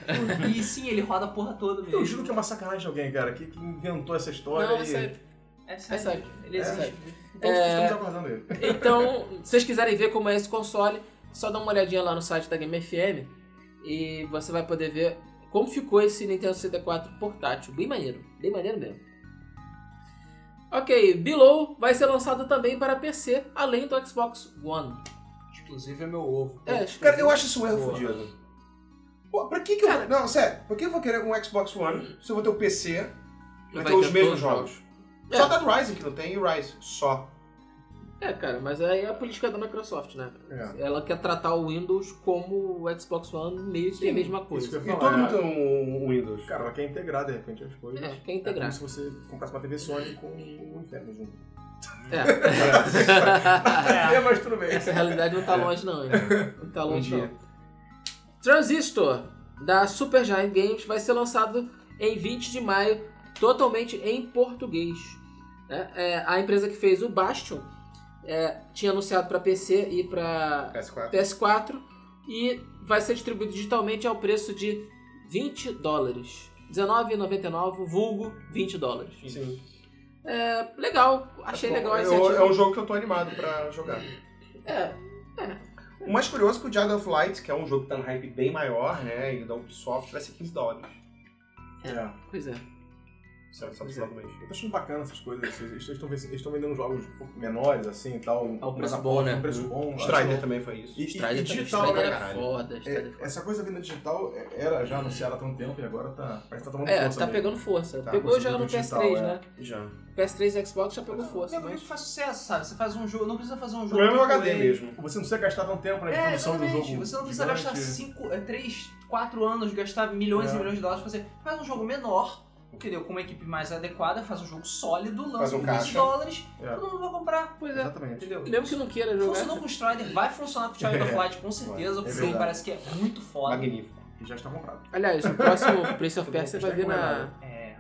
D: E sim, ele roda a porra toda mesmo.
C: Eu juro que é uma sacanagem de alguém, cara, que, que inventou essa história
A: Não, é
C: e
A: sério.
D: É
A: É
D: sério.
A: sério.
D: Ele
C: É
D: existe.
C: Então, estamos aguardando ele.
A: Então, se vocês quiserem ver como é esse console, só dá uma olhadinha lá no site da Game FM e você vai poder ver como ficou esse Nintendo 64 portátil. Bem maneiro, bem maneiro mesmo. Ok, Below vai ser lançado também para PC, além do Xbox One.
D: Exclusivo é meu ovo.
A: É,
B: Cara, eu acho isso um erro
D: Boa.
B: fodido. Pô, pra que que eu... Não, sério. Pra que eu vou querer um Xbox One se eu vou ter o PC vai, ter os mesmos
A: todos
B: jogos?
A: É.
B: Só tá do Ryzen que não tem, e o Ryzen. Só.
A: É, cara, mas aí é a política da Microsoft, né?
C: É.
A: Ela quer tratar o Windows como o Xbox One, meio que
C: Sim,
A: a mesma
C: Isso
A: coisa.
C: que eu
B: E
C: ia
B: todo
C: falar,
B: mundo
C: é,
B: tem um, um Windows.
C: Cara, ela quer integrar de repente as coisas.
A: É, quer
C: É como
A: integrar.
C: se você comprasse uma TV Sony com o Inferno junto.
A: É.
C: É, mas tudo bem.
A: Essa realidade não tá
B: É.
A: longe, não, hein? Não tá
C: Um
A: longe,
C: dia.
A: não. Transistor, da Supergiant Games, vai ser lançado em 20 de maio, totalmente em português. né? É, a empresa que fez o Bastion é, tinha anunciado para PC e para
B: PS4.
A: PS4 e vai ser distribuído digitalmente ao preço de 20 dólares. 19,99, vulgo 20 dólares.
B: Sim.
A: É, legal, achei
B: Bom,
A: legal a
B: eu-
A: iniciativa.
B: É um jogo que eu tô animado pra jogar.
A: É,
B: O mais curioso é que o Jagged of Light, que é um jogo que tá no hype bem maior, né? E da Ubisoft, vai ser 15 dólares.
C: É.
A: pois é.
B: Só só pro final do mês.
C: Eu tô achando bacana essas coisas. Eles- Eles estão eles estão vendendo jogos um pouco menores, assim e tal.
A: Ah, o
C: mas
A: preço
C: a-
A: bom, né?
C: Um preço bom.
B: Strider
C: acho.
B: também foi isso.
C: E, e-
A: Strider
C: e
A: também,
C: digital,
A: Strider
C: né?
A: era
B: caralho?
A: foda. Strider
C: É, essa coisa da venda digital é, era já anunciada há tanto tempo e agora tá, parece que tá tomando
A: É,
C: força
A: tá
C: mesmo.
A: pegando força.
C: Tá,
A: Pegou já
C: conseguiu
A: no PS3,
C: digital, é.
A: né?
B: Já.
A: PS3 e Xbox já pegou
D: O
A: força,
D: que
A: mas...
D: faz sucesso, sabe? Você faz um jogo, não precisa fazer um
B: O
D: jogo.
B: problema é o
D: AAA.
B: HD mesmo.
C: Você não precisa gastar tanto tempo na
D: É,
C: produção do
D: exatamente.
C: jogo.
D: Você não precisa
C: gigante.
D: gastar 5, 3, 4 anos, gastar milhões
C: É.
D: e milhões de dólares pra fazer. Faz um jogo menor, entendeu? Com uma equipe mais adequada, faz um jogo sólido,
B: Faz
D: lança
B: um
D: por
B: caixa.
D: 20 dólares,
C: É.
D: todo mundo vai comprar.
A: Pois é.
C: Exatamente.
D: Entendeu?
A: Mesmo que não queira jogar...
D: Funcionou com o Strider, vai funcionar com o Child of
C: É.
D: Light, com certeza,
C: É
D: porque o jogo
C: verdade.
D: parece que é muito foda.
B: Magnífico.
C: E já está comprado.
A: Aliás, o próximo Prince of
C: Tudo bom,
A: Persia vai vir na...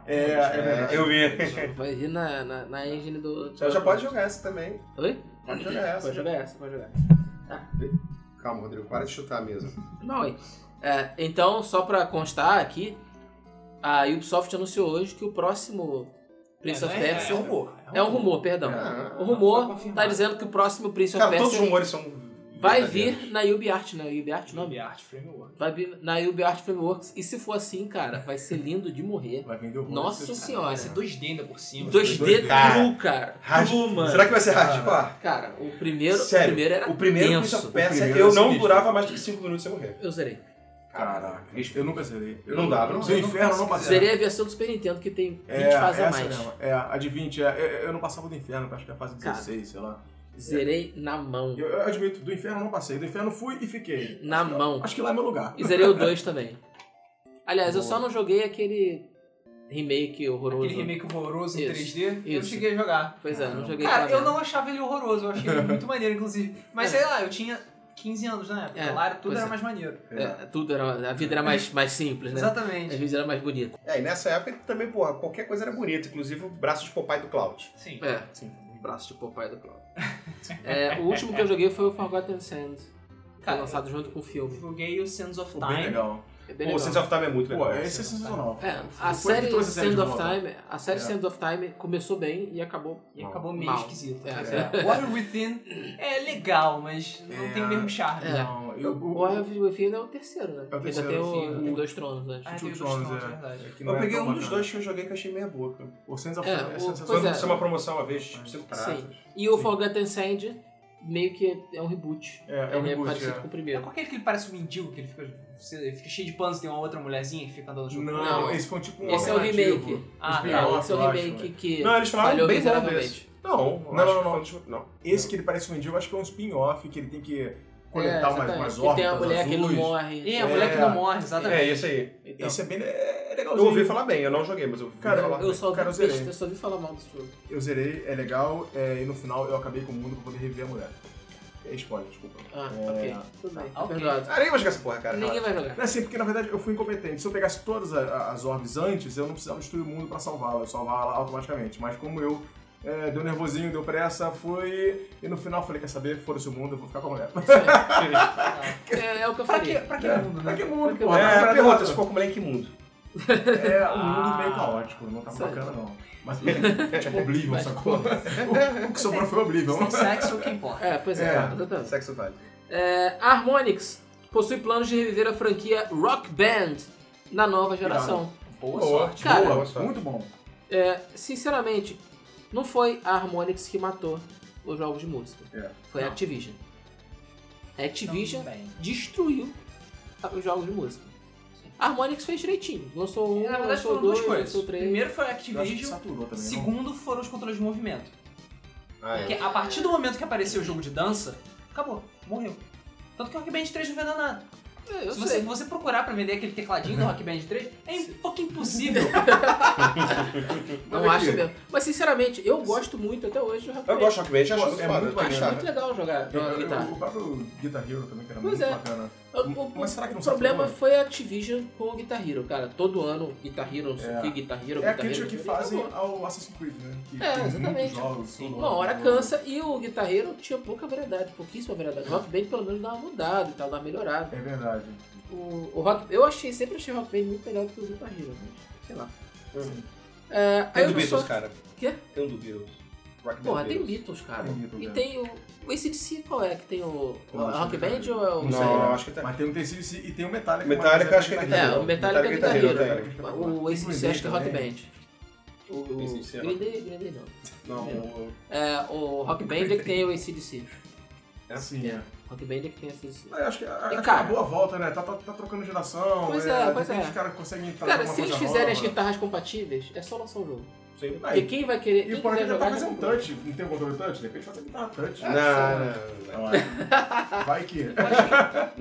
D: É,
C: É, é verdade.
B: eu vi.
A: Vai vir na, na, na engine do...
B: Então já pode jogar essa também.
A: Oi?
B: Pode jogar essa.
A: Pode jogar essa, pode jogar.
B: Calma, Rodrigo, para de chutar a mesa.
A: Não, aí. É, então, só pra constar aqui, a Ubisoft anunciou hoje que o próximo Prince
D: não
A: of
D: é-
A: Persia...
D: É um rumor.
A: É um rumor, perdão.
B: Ah,
A: o
D: foi
A: rumor
D: confirmado.
A: tá dizendo que o próximo Prince of
B: Cara, é todos os
A: Persia
B: rumores são.
A: vai
B: verdadeiros.
A: vir na UbiArt, né? UbiArt o nome?
D: Nome Art Framework.
A: Vai vir na UbiArt Frameworks. E se for assim, cara, vai ser lindo de morrer.
C: Vai vender o rosto.
A: Nossa senhora.
D: Vai ser 2D ainda por cima.
A: 2D
B: Cara.
A: cru, cara.
B: Hard-
A: Cru, mano.
B: Será que vai ser hardcore?
A: Cara, o primeiro,
B: Sério,
A: o primeiro era
B: O primeiro Prince
A: tenso.
B: of Persia,
C: primeiro
B: eu
C: é
B: não
C: sinistro.
B: durava mais do que 5 minutos sem morrer.
A: Eu zerei.
C: Caraca. Eu nunca zerei.
B: Eu não dava, não
C: Se o
B: sei.
C: inferno não passava.
A: Zerei a versão do Super Nintendo, que tem 20
C: É,
A: fases a
C: essa
A: mais.
C: mesmo. É, a de 20. É, eu, eu não passava do inferno, acho que é a fase
A: Cara.
C: 16, sei lá.
A: Zerei na mão.
C: Eu, eu admito, do inferno eu não passei. Do inferno fui e fiquei.
A: Na
C: Acho que-
A: mão.
C: acho que lá é meu lugar.
A: E zerei o 2 também. Aliás, eu
C: Boa.
A: só não joguei aquele remake horroroso.
D: Aquele remake horroroso em
A: Isso,
D: 3D, eu
A: isso.
D: cheguei a jogar.
A: Pois é, não
C: Caramba.
A: joguei
D: Cara,
A: pra
D: eu
A: nada.
D: não achava ele horroroso, eu achei ele muito maneiro, inclusive. Mas
A: É.
D: sei lá, eu tinha 15 anos na época,
A: É,
D: lá era- tudo
A: pois
D: era
A: é.
D: mais maneiro.
A: É, tudo era, a vida era mais, mais simples, né? Às
D: Exatamente.
A: vezes era mais bonita.
B: É, e nessa época também, porra, qualquer coisa era bonita, inclusive o braço de Popeye do Cloud.
D: Sim.
A: É,
C: Sim.
A: um braço de Popeye do Cloud. É, o último que eu joguei foi o Forgotten Sands. que Foi
D: Cara,
A: lançado junto com o filme.
D: Joguei o Sands of
C: Pô, bem
D: Time.
C: legal.
A: É bem
B: Pô, o
A: legal.
B: Sense of Time é muito
C: Pô,
B: legal.
C: esse é sensacional.
A: É, a
C: Foi ele que
A: série
C: trouxe a série
A: Sand
C: de
A: of
C: volta.
A: Time, a série
C: É.
A: Sand of Time começou bem e acabou.
D: E acabou meio
A: Mal.
D: esquisito.
A: É.
D: Pois É. Warrior Within é legal, mas não
C: É.
D: tem o mesmo charme.
A: É.
C: Não, eu,
A: O Warrior Within é o terceiro, né? Porque ainda
C: terceiro,
A: tem
D: sim.
A: o, os dois tronos né? antes.
D: Ah,
C: Two
D: tem o dos
C: Thrones,
D: Thrones,
C: é.
D: é verdade.
C: que não
B: Eu
C: é
B: peguei
C: tão
B: um dos
C: bacana.
B: dois que eu joguei que eu achei meia boca.
C: O Sense of
A: É,
C: Time é
A: o-
C: sensacional.
A: Pois
B: Foi
A: é.
C: Ah,
B: uma promoção uma vez, tipo, 5
A: Sim. E o Forgotten Sand meio que é um reboot.
C: É, é um
A: Ele é
C: reboot.
A: parecido
C: é.
A: com o
D: É
A: primeiro.
D: com aquele que ele parece um mendigo, que ele fica, você fica cheio de panos e tem uma outra mulherzinha que fica andando junto.
C: Não,
A: Não.
C: esse foi tipo um
A: Esse é o
C: alternativo.
A: remake.
D: Ah,
C: Spin-off,
D: tá.
A: É, esse é
C: eu
A: o
C: acho,
A: remake
C: né?
A: que
C: Não, eles falaram
A: falhou
C: bem bom
A: miseravelmente.
C: Não, eu
B: Não, não,
C: acho que
B: não.
C: foi um
B: não.
C: tipo-
B: não.
C: Esse que ele parece um mendigo, acho que é um spin-off que ele tem que
A: É,
C: coletar umas,
A: exatamente.
C: umas
A: Que
C: órbitas
A: tem a mulher que não
C: azuis.
A: morre.
D: E a mulher que não morre,
B: É,
D: exatamente.
B: esse aí.
A: Então,
C: Esse é bem é é
B: Eu
C: legalzinho.
B: ouvi falar bem, eu não joguei, mas eu ouvi
C: Cara,
B: falar.
A: eu só vi
C: Cara, eu zerei.
A: besta, eu só vi falar mal desse jogo.
C: Eu zerei, é legal, é, e no final eu acabei com o mundo pra poder reviver a mulher. É spoiler, desculpa.
A: Ah,
C: É.
A: ok. Tudo bem, tá
D: Ok.
A: perdoado.
B: Ah, ninguém vai jogar essa porra, cara.
A: Ninguém
B: relaxa.
A: vai jogar.
C: Não é assim, porque na verdade eu fui incompetente. Se eu pegasse todas a- a- as orbes antes, eu não precisava destruir o mundo pra salvá-la, eu salvava ela automaticamente. Mas como eu é, deu nervosinho, deu pressa, fui. E no final eu falei: quer saber? Foda-se o mundo, eu vou ficar com a mulher.
A: É, é o que eu
D: Pra que,
A: falei.
D: pra que mundo, né?
C: Pra que mundo,
A: Pra que
C: porra?
A: mundo?
C: Tá
B: É,
C: com a
B: pergunta,
C: garota.
B: se ficou com mulher em que mundo?
C: É um mundo meio
D: Ah.
C: caótico, não tá
A: Isso aí.
C: bacana não. Mas tipo Oblivion, sacou? O, o que sobrou foi Oblivion.
D: Tem sexo, o que importa.
A: É, pois é,
C: É.
A: exatamente.
B: Sexo vale.
A: É, a Harmonix possui planos de reviver a franquia Rock Band na nova geração.
D: Boa
B: Boa.
D: sorte.
A: Cara,
C: Boa,
B: olha só.
C: muito bom.
A: É, sinceramente, não foi a Harmonix que matou os jogos de música.
C: É.
A: Foi a
D: Não.
A: Activision. A Activision
D: Então, bem.
A: destruiu a- os jogos de música. A Harmonix fez direitinho. Lançou um,
D: Na verdade
A: lançou
D: foram
A: dois,
D: duas coisas.
A: lançou três.
D: Primeiro foi a
C: Eu acho que
D: Activision,
C: saturou também. não?
D: segundo foram os controles de movimento.
B: Ah,
D: Porque
B: é.
D: a partir do momento que apareceu o jogo de dança, acabou, morreu. Tanto que o Rock Band 3 não vendeu nada.
A: É, eu
D: Se
A: sei.
D: você, você procurar pra vender aquele tecladinho do Rock Band 3, é um pouco impossível.
A: Não
C: é
A: acho mesmo. Mas sinceramente, eu gosto muito até hoje do Rock
B: Eu
A: Band.
B: gosto de Rock Band, acho
C: Pô,
B: muito
C: é
B: foda.
C: muito
B: tem que
A: Acho
C: maneiro.
B: achar.
A: muito legal jogar,
C: Eu-
A: jogar
C: eu-
A: guitarra.
C: O próprio Guitar Hero também, que era
A: Pois
C: muito
A: é.
C: bacana.
A: O, o-
C: Mas será que não
A: o problema
C: saturou? É
A: foi a Activision com o Guitar Hero, cara. Todo ano, Guitar Hero, não sei o
C: É.
A: que, Guitar Hero,
C: É a
A: Guitar
C: crítica
A: Hero.
C: que
A: Guitar Hero,
C: fazem
A: acabou.
C: ao Assassin's Creed, né? Que
A: É,
C: tem
A: exatamente.
C: muitos jogos. todo
A: Uma hora
C: ano.
A: cansa e o Guitar Hero tinha pouca variedade, pouquíssima variedade. O Rock Band pelo menos dava uma mudada e tal, dava uma melhorada.
C: É verdade.
A: O, o Rock, eu achei, sempre achei o Rock Band muito melhor do que o Guitar Hero, mas sei lá.
B: Hum.
A: É, a
B: Tem um do Beatles,
A: Ubisoft-
B: cara.
A: Quê?
B: Tem um do Beatles. Rock Band
A: Porra, tem
B: Beatles.
A: Beatles, cara.
C: Tem Beatles,
A: E
C: né?
A: tem o. O ACDC qual é que tem o. o
C: Eu acho
A: Rock
C: que
A: Band
C: tem.
A: ou é o.
C: Não
A: sei lá.
B: Não, acho que tá.
C: Mas tem o TCC e tem o Metallica.
B: Metallica,
C: mas-
B: acho que é
A: É, o
B: Metallica,
A: Metallica é
B: Metallica
A: Guitar
B: é
A: Hero.
B: Guitar
A: O ACDC acho que é Rock Band. O, o
B: AC/DC é
A: Green Day, Green Day não.
B: Não, o-
A: É, o Rock Band é que tem o ACDC.
C: É assim, é.
A: Rock Band é que tem ACDC.
C: Mas eu acho que a-
A: E,
C: acho que é
A: cara-
C: uma boa volta, né? Tá, tá, tá trocando geração.
A: Pois é, pois
C: tem
A: é.
C: Os caras conseguem trazer
A: Cara,
C: uma
A: se eles
C: coisa
A: fizerem as
C: nova.
A: guitarras compatíveis, é só lançar o jogo.
B: Sim.
C: Aí,
A: Porque quem vai querer.
C: E
A: Quem
C: por aqui
A: quiser
C: tentar
A: jogar. É.
C: fazer um
A: vai jogar.
C: touch. Não tem um controle touch? De repente fazer guitarra touch.
B: Não,
C: Né?
B: não, não.
C: Não é. Vai que.
D: Acho que,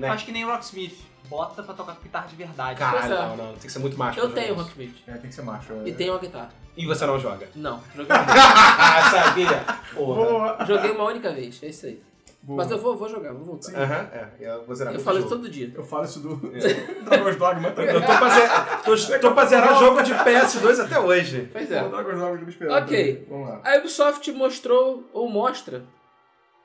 B: Né?
D: acho que nem Rocksmith. Bota pra tocar guitarra de verdade.
A: Pois é.
B: um Caralho, não, não. Tem que ser muito macho.
A: Eu
B: pra
A: tenho o
B: jogar
A: Rock Band.
C: É, tem que ser macho. é.
A: E tenho uma guitarra.
B: isso. E você não joga.
A: Não, joguei uma,
B: Ah, sabia. Porra.
C: Boa!
A: joguei uma única vez, é isso aí.
C: Boa.
A: Mas eu vou, vou jogar, vou voltar.
B: Aham, é. Eu vou zerar
A: Eu
B: muito
A: falo isso
B: jogo. É.
A: todo dia.
C: Eu falo isso do Dragon's Dogma.
B: Eu tô pra, zerar, tô, tô pra zerar jogo de PS2 até hoje.
A: Pois
C: O
A: é.
C: Dragon's Dogma me esperando.
A: Ok.
C: Vamos lá.
A: A Ubisoft mostrou, ou mostra,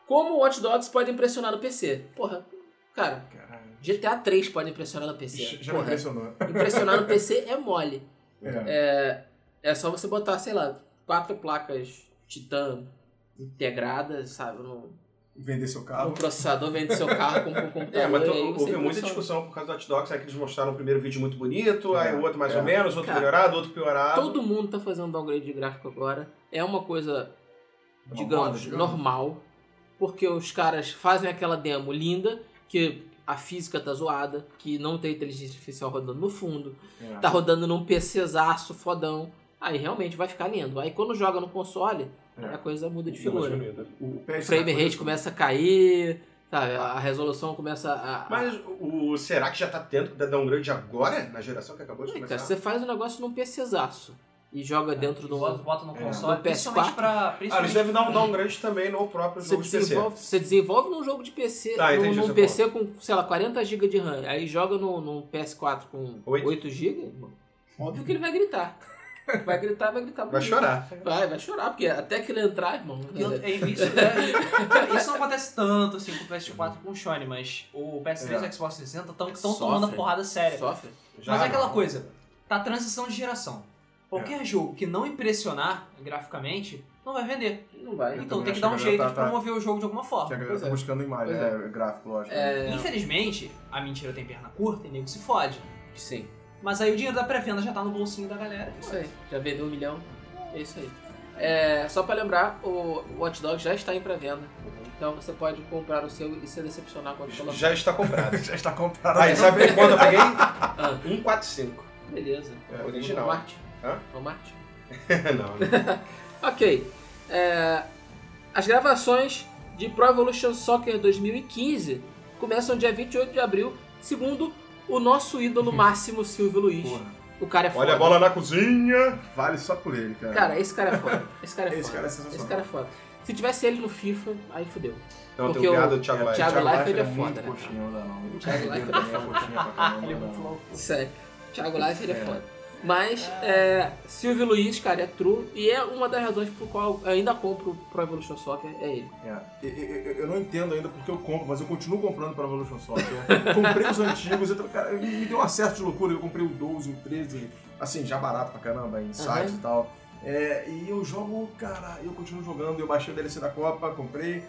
A: como Watch Dogs pode impressionar no PC. Porra, cara,
C: Caralho.
A: GTA 3 pode impressionar no PC.
C: Já me
A: é. Porra,
C: impressionou.
A: impressionar no PC é mole.
C: É.
A: É, é só você botar, sei lá, quatro placas Titan integradas, sabe, no,
C: Vender seu
A: no
C: carro.
A: processador, vende seu carro com, com computador.
B: Ah. É, mas
A: e aí
B: tu-
A: você
B: houve muita
A: impressiona.
B: discussão por causa do Hot Dogs, aí que eles mostraram o primeiro vídeo muito bonito,
C: É,
B: aí o outro mais
C: é.
B: ou menos, outro
A: Cara,
B: melhorado, outro piorado.
A: Todo mundo tá fazendo downgrade de gráfico agora. É uma coisa,
C: Uma moda,
A: digamos,
B: né?
C: digamos.
A: normal. Porque os caras fazem aquela demo linda, que a física tá zoada, que não tem inteligência artificial rodando no fundo,
C: É.
A: tá rodando num PCzaço fodão. Aí realmente vai ficar lindo. Aí quando joga no console,
C: É.
A: a coisa muda de
B: Não, mas
A: figura.
B: bonito.
C: O
A: O
C: PS4
A: frame
B: é
A: rate começa a cair, sabe? A resolução começa a. a-
B: Mas o, será que já tá tendo que dar um grande agora, na geração que acabou de
A: Cara,
B: começar?
A: você faz um negócio num PCzaço e
B: É,
A: joga dentro do.
D: Bota, bota no
C: É.
D: console,
A: No
D: principalmente
A: PS4.
D: pra...
B: Ah, eles
D: Principalmente
B: devem dar um downgrade também no próprio
A: Você
B: jogo de PC.
A: desenvolve, você desenvolve num jogo de PC,
B: Tá,
A: num,
B: entendi
A: num
B: o seu
A: PC com, sei lá, 40 GB de RAM, aí joga no, num PS4 com
B: Oito.
A: 8 GB,
C: Hum.
A: óbvio que ele vai gritar. Vai gritar, vai gritar.
B: Vai
A: bonito.
B: chorar.
A: Vai, vai chorar, porque até que ele entrar, irmão.
D: Eu- é, isso, é, isso não acontece tanto assim com o PS4 e com o Sony, mas o
B: É.
D: PS3 e o Xbox 60 estão tomando a
A: É Sofre.
D: porrada séria.
A: Sofre.
B: Já
D: Mas é aquela
B: não.
D: coisa, tá a transição de geração. Qualquer jogo que não impressionar graficamente, não vai vender.
A: Não vai.
D: então tem
C: também
D: que
C: acho
D: dar um
C: que
D: jeito
C: tá-
D: de
C: tá-
D: promover o jogo de alguma
C: Que a
D: forma.
C: galera
A: Pois
C: tá
A: é.
C: buscando imagem,
A: Pois é.
C: né? Gráfico, lógico. né?
A: É,
D: Infelizmente, a mentira tem perna curta e nego se fode.
A: sim.
D: Mas aí o dinheiro da pré-venda já tá no bolsinho da galera.
A: Isso aí. Já vendeu um milhão. É isso aí. É, só pra lembrar, o Watch Dogs já está em pré-venda. Então você pode comprar o seu e se decepcionar quando for lançado.
B: Já está comprado.
C: né?
B: Ah, um
C: Já está comprado.
B: Aí, sabe quando eu peguei? 145.
A: Beleza.
B: É, original.
A: Walmart.
B: Hã?
A: Walmart.
B: não, não.
A: Ok. É, as gravações de Pro Evolution Soccer 2015 começam dia 28 de abril, segundo o nosso ídolo máximo, Silvio Luiz.
C: Porra.
A: O cara é foda.
B: Olha a bola na cozinha.
C: Vale só por ele, cara.
A: Cara, esse cara é foda. Esse cara é
C: Esse
A: foda.
C: cara é
A: Esse
C: sensacional.
A: cara é foda. Se tivesse ele no FIFA, aí fudeu.
B: Não,
A: Porque
B: tem o viado
A: o-
B: do Thiago
C: É,
B: Leifert.
A: Thiago Leifert é
C: muito
A: foda, né, cara?
C: coxinha, não dá não. O
A: Thiago Leifert é
C: também coxinha pra caramba, né?
D: Ele é
C: não dá
D: muito
C: não.
D: louco.
A: Sério. Thiago Leifert é
C: É.
A: foda. Mas é, Silvio Luiz, cara, é true e é uma das razões por qual eu ainda compro Pro Evolution Soccer, é ele.
C: É. Eu, eu- eu não entendo ainda porque eu compro, mas eu continuo comprando para Evolution Soccer. Eu comprei os antigos, eu, tava- cara, me me deu um acesso de loucura. Eu comprei o 12, o 13, assim, já barato pra caramba, em sites
A: Aham.
C: e tal. É, e eu jogo, cara, eu continuo jogando. Eu baixei o DLC da Copa, comprei.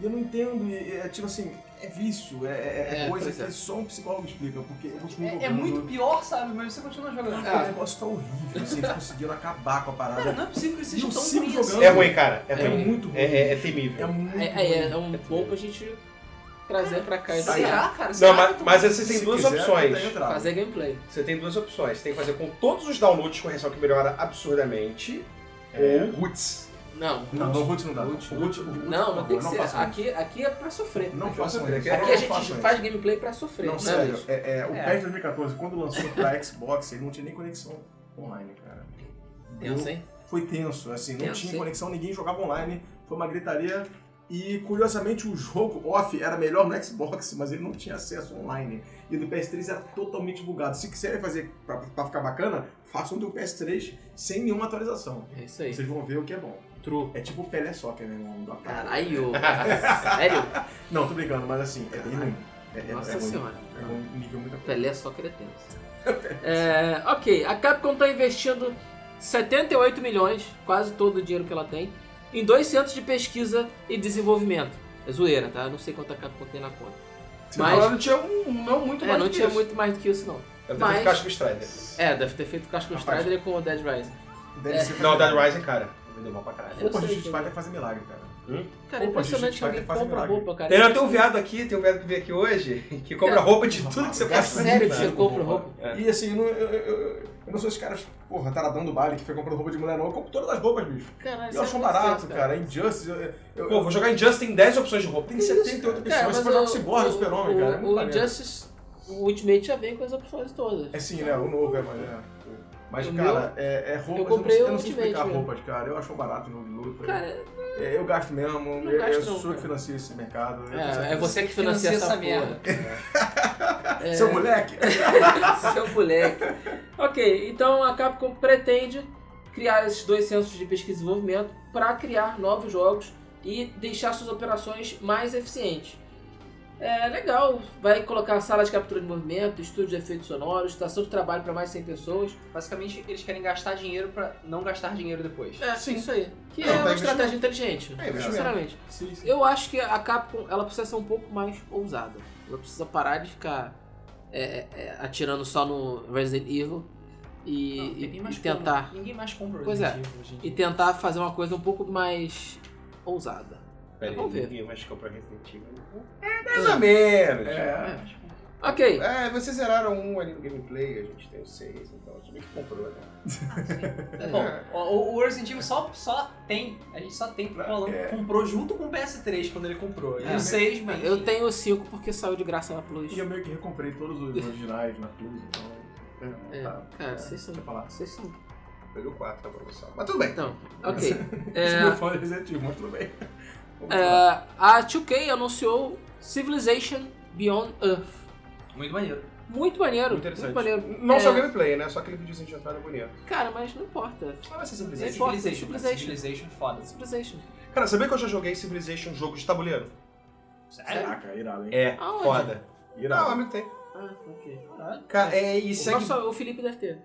C: E eu não entendo, e é tipo assim, é vício, é, é- é
A: É,
C: coisa
A: pois
C: que
A: é.
C: só um psicólogo explica, porque eu continuo jogando.
D: É, é muito pior, sabe? Mas você continua jogando.
C: O negócio tá horrível, assim, eles conseguiram acabar com a
D: Cara,
C: parada.
D: Ah, não é possível que eles
C: Eu
D: sejam tão
C: Ah, sigo
D: ruins
C: jogando.
D: assim.
B: É ruim, cara. É
C: É
B: ruim.
C: muito ruim.
B: É, é, é temível.
C: É muito
A: É, é, é
C: ruim.
A: um bom pra gente trazer pra cá e
D: Será, cara?
B: Não,
D: Será que
B: mas,
D: eu tô-
B: mas você tem
C: Se
B: duas
C: quiser,
B: opções.
C: eu entro.
A: fazer gameplay.
B: Você tem duas opções. Você tem que fazer com todos os downloads, correção que melhora absurdamente,
C: É.
B: ou roots.
A: Não.
C: Não, não, Ruth não dá.
A: Ruth.
C: Ruth- Ruth,
A: Não, não
C: por
A: tem que
C: favor,
A: ser.
C: façam
A: Aqui, aqui é pra sofrer.
C: Não
A: aqui
C: façam
B: isso.
C: isso.
A: aqui a gente
C: Não façam
A: faz
C: isso.
A: gameplay pra sofrer.
C: Não,
A: né,
C: sério.
A: bicho?
C: É, é, o
D: É.
C: PES 2014, quando lançou pra Xbox, ele não tinha nem conexão online, cara.
A: Eu sei.
C: Foi tenso, assim, não
A: Tenso,
C: tinha
A: hein?
C: conexão, ninguém jogava online. Foi uma gritaria. E, curiosamente, o jogo off era melhor no Xbox, mas ele não tinha acesso online. E o do PS3 era totalmente bugado. Se quiserem fazer pra, pra ficar bacana, façam do PS3 sem nenhuma atualização.
A: É isso aí.
C: Vocês vão ver o que é bom.
A: True.
C: É tipo o Pelé Soccer, né, irmão? do ataque.
A: Caralho. sério?
C: Não, tô brincando, mas assim, é bem ruim. É, é- é
A: Nossa
C: ruim.
A: senhora.
C: É um nível muito
A: Pelé só que ele é tenso. É, ok, a Capcom está investindo 78 milhões, quase todo o dinheiro que ela tem, em dois centros de pesquisa e desenvolvimento. É zoeira, tá? Eu Não sei quanto a Capcom tem na conta. Mas-
C: é
B: Mas... não tinha um, não muito
A: É,
B: mais
A: não
B: do que
A: tinha
B: isso.
A: muito mais do que isso, não.
B: Deve ter
A: mas-
B: feito Casco Strider.
A: É, deve ter feito Casco
C: Rapaz.
A: Strider com o Dead Rising.
C: Deve
A: É.
C: ser
B: Não, Dead Rising, cara. Vendeu mal pra caralho.
A: Eu
C: Opa,
A: sei
C: a gente
A: que-
C: vai até fazer milagre, cara.
A: Cara, é
C: Opa,
A: impressionante
C: gente,
A: que alguém
C: vai ter que fazer
A: compra
C: milagre.
A: roupa, cara.
B: Tem até um viado aqui, tem um viado que veio aqui hoje, que compra roupa de tudo que você
A: É
C: um
B: pode
A: sério que você
B: imaginar.
A: compra roupa?
B: É.
C: E assim, eu não, eu, eu- eu- eu não sou esses caras, porra, taradão do baile que foi comprando roupa de mulher, não. Eu compro todas as roupas, bicho.
A: Caralho,
C: Eu acho
A: sério
C: um
A: que acontece,
C: barato, cara. Injustice. Eu, eu, eu,
B: Pô, vou jogar em Just, tem 10 opções de roupa. Tem 78
C: Cara, mas você pode jogar com Cyborg, Super-Homem, cara, é muito
A: O
C: maneiro.
A: Injustice, o Ultimate já vem com as opções todas.
C: É sim, né? O novo é mais. É. Mas,
A: O
C: cara, é, é roupa.
A: eu comprei
C: não, sei-
A: o
C: eu não sei explicar
A: Ultimate,
C: roupas, cara. Eu acho um barato o jogo de luta.
A: Cara,
C: É, eu gasto mesmo.
A: Não
C: eu,
A: gasto
C: eu
A: não,
C: sou
A: cara.
C: que financio esse mercado. eu com
A: é, é
C: certeza.
A: você que financia,
D: Financia
A: essa,
D: essa
A: merda.
D: merda.
A: É.
C: Seu moleque?
A: Seu moleque. ok, então a Capcom pretende criar esses dois centros de pesquisa e desenvolvimento para criar novos jogos e deixar suas operações mais eficientes. É legal, vai colocar sala de captura de movimento, estúdio de efeitos sonoros, estação de trabalho para mais de 100 pessoas.
D: Basicamente, eles querem gastar dinheiro pra não gastar dinheiro depois.
A: É, sim, isso aí. Que
B: Não,
A: é
B: tá
A: uma
B: investimento.
A: estratégia inteligente,
B: É investimento.
A: sinceramente.
C: sim, sim.
A: Eu acho que a Capcom ela precisa ser um pouco mais ousada. Ela precisa parar de ficar é, é, é, atirando só no Resident Evil e,
D: Não,
A: e-
D: ninguém
A: e
D: mais
A: tentar
D: Compra, ninguém mais compra
A: Pois
D: Resident
A: é.
D: Evil hoje em
A: e
D: dia.
A: tentar fazer uma coisa um pouco mais ousada.
B: Pera aí,
A: Vamos ver.
B: ninguém mais compra Resident Evil. É, mais ou menos.
C: É.
A: Ok,
B: É, vocês zeraram um ali no gameplay, a gente tem o seis, então a gente meio que comprou, né?
A: é.
D: Bom, o, o Resident Evil só, só tem, a gente só tem porque o Alan
C: É.
D: comprou junto com o PS3 quando ele comprou. E
A: É.
D: o 6, mas.
A: eu tenho cinco porque saiu de graça na Plus.
C: E eu meio que recomprei todos os originais na Plus, então.
A: É,
C: tá.
A: cara, vocês são.
C: Deixa eu falar.
A: Vocês são.
B: Peguei o 4 na promoção. tá Mas tudo bem.
A: Então, ok.
C: Eu
A: É,
C: sou meu fã de Resident Evil, mas tudo bem. Vamos
A: é,
C: lá.
A: a 2K anunciou Civilization Beyond Earth.
D: Muito maneiro.
A: Muito maneiro,
B: Muito interessante.
A: muito maneiro.
B: Não
A: É.
B: só o gameplay, né? Só aquele videozinho de entrada bonito.
A: Cara, mas não importa.
B: Ah, vai ser
A: Não
B: Civilization.
A: importa,
D: Civilization. cara.
A: Civilization.
D: Civilization foda.
A: Civilization.
B: Cara, sabia que eu já joguei Civilization jogo de tabuleiro?
D: Sério?
C: Caraca, irado, hein?
B: É,
A: Aonde?
B: foda. Não,
C: Irado.
B: amigo tem.
A: Ah, ok.
B: Cara, é, e
A: O,
B: segue...
A: nosso- o Felipe deve ter.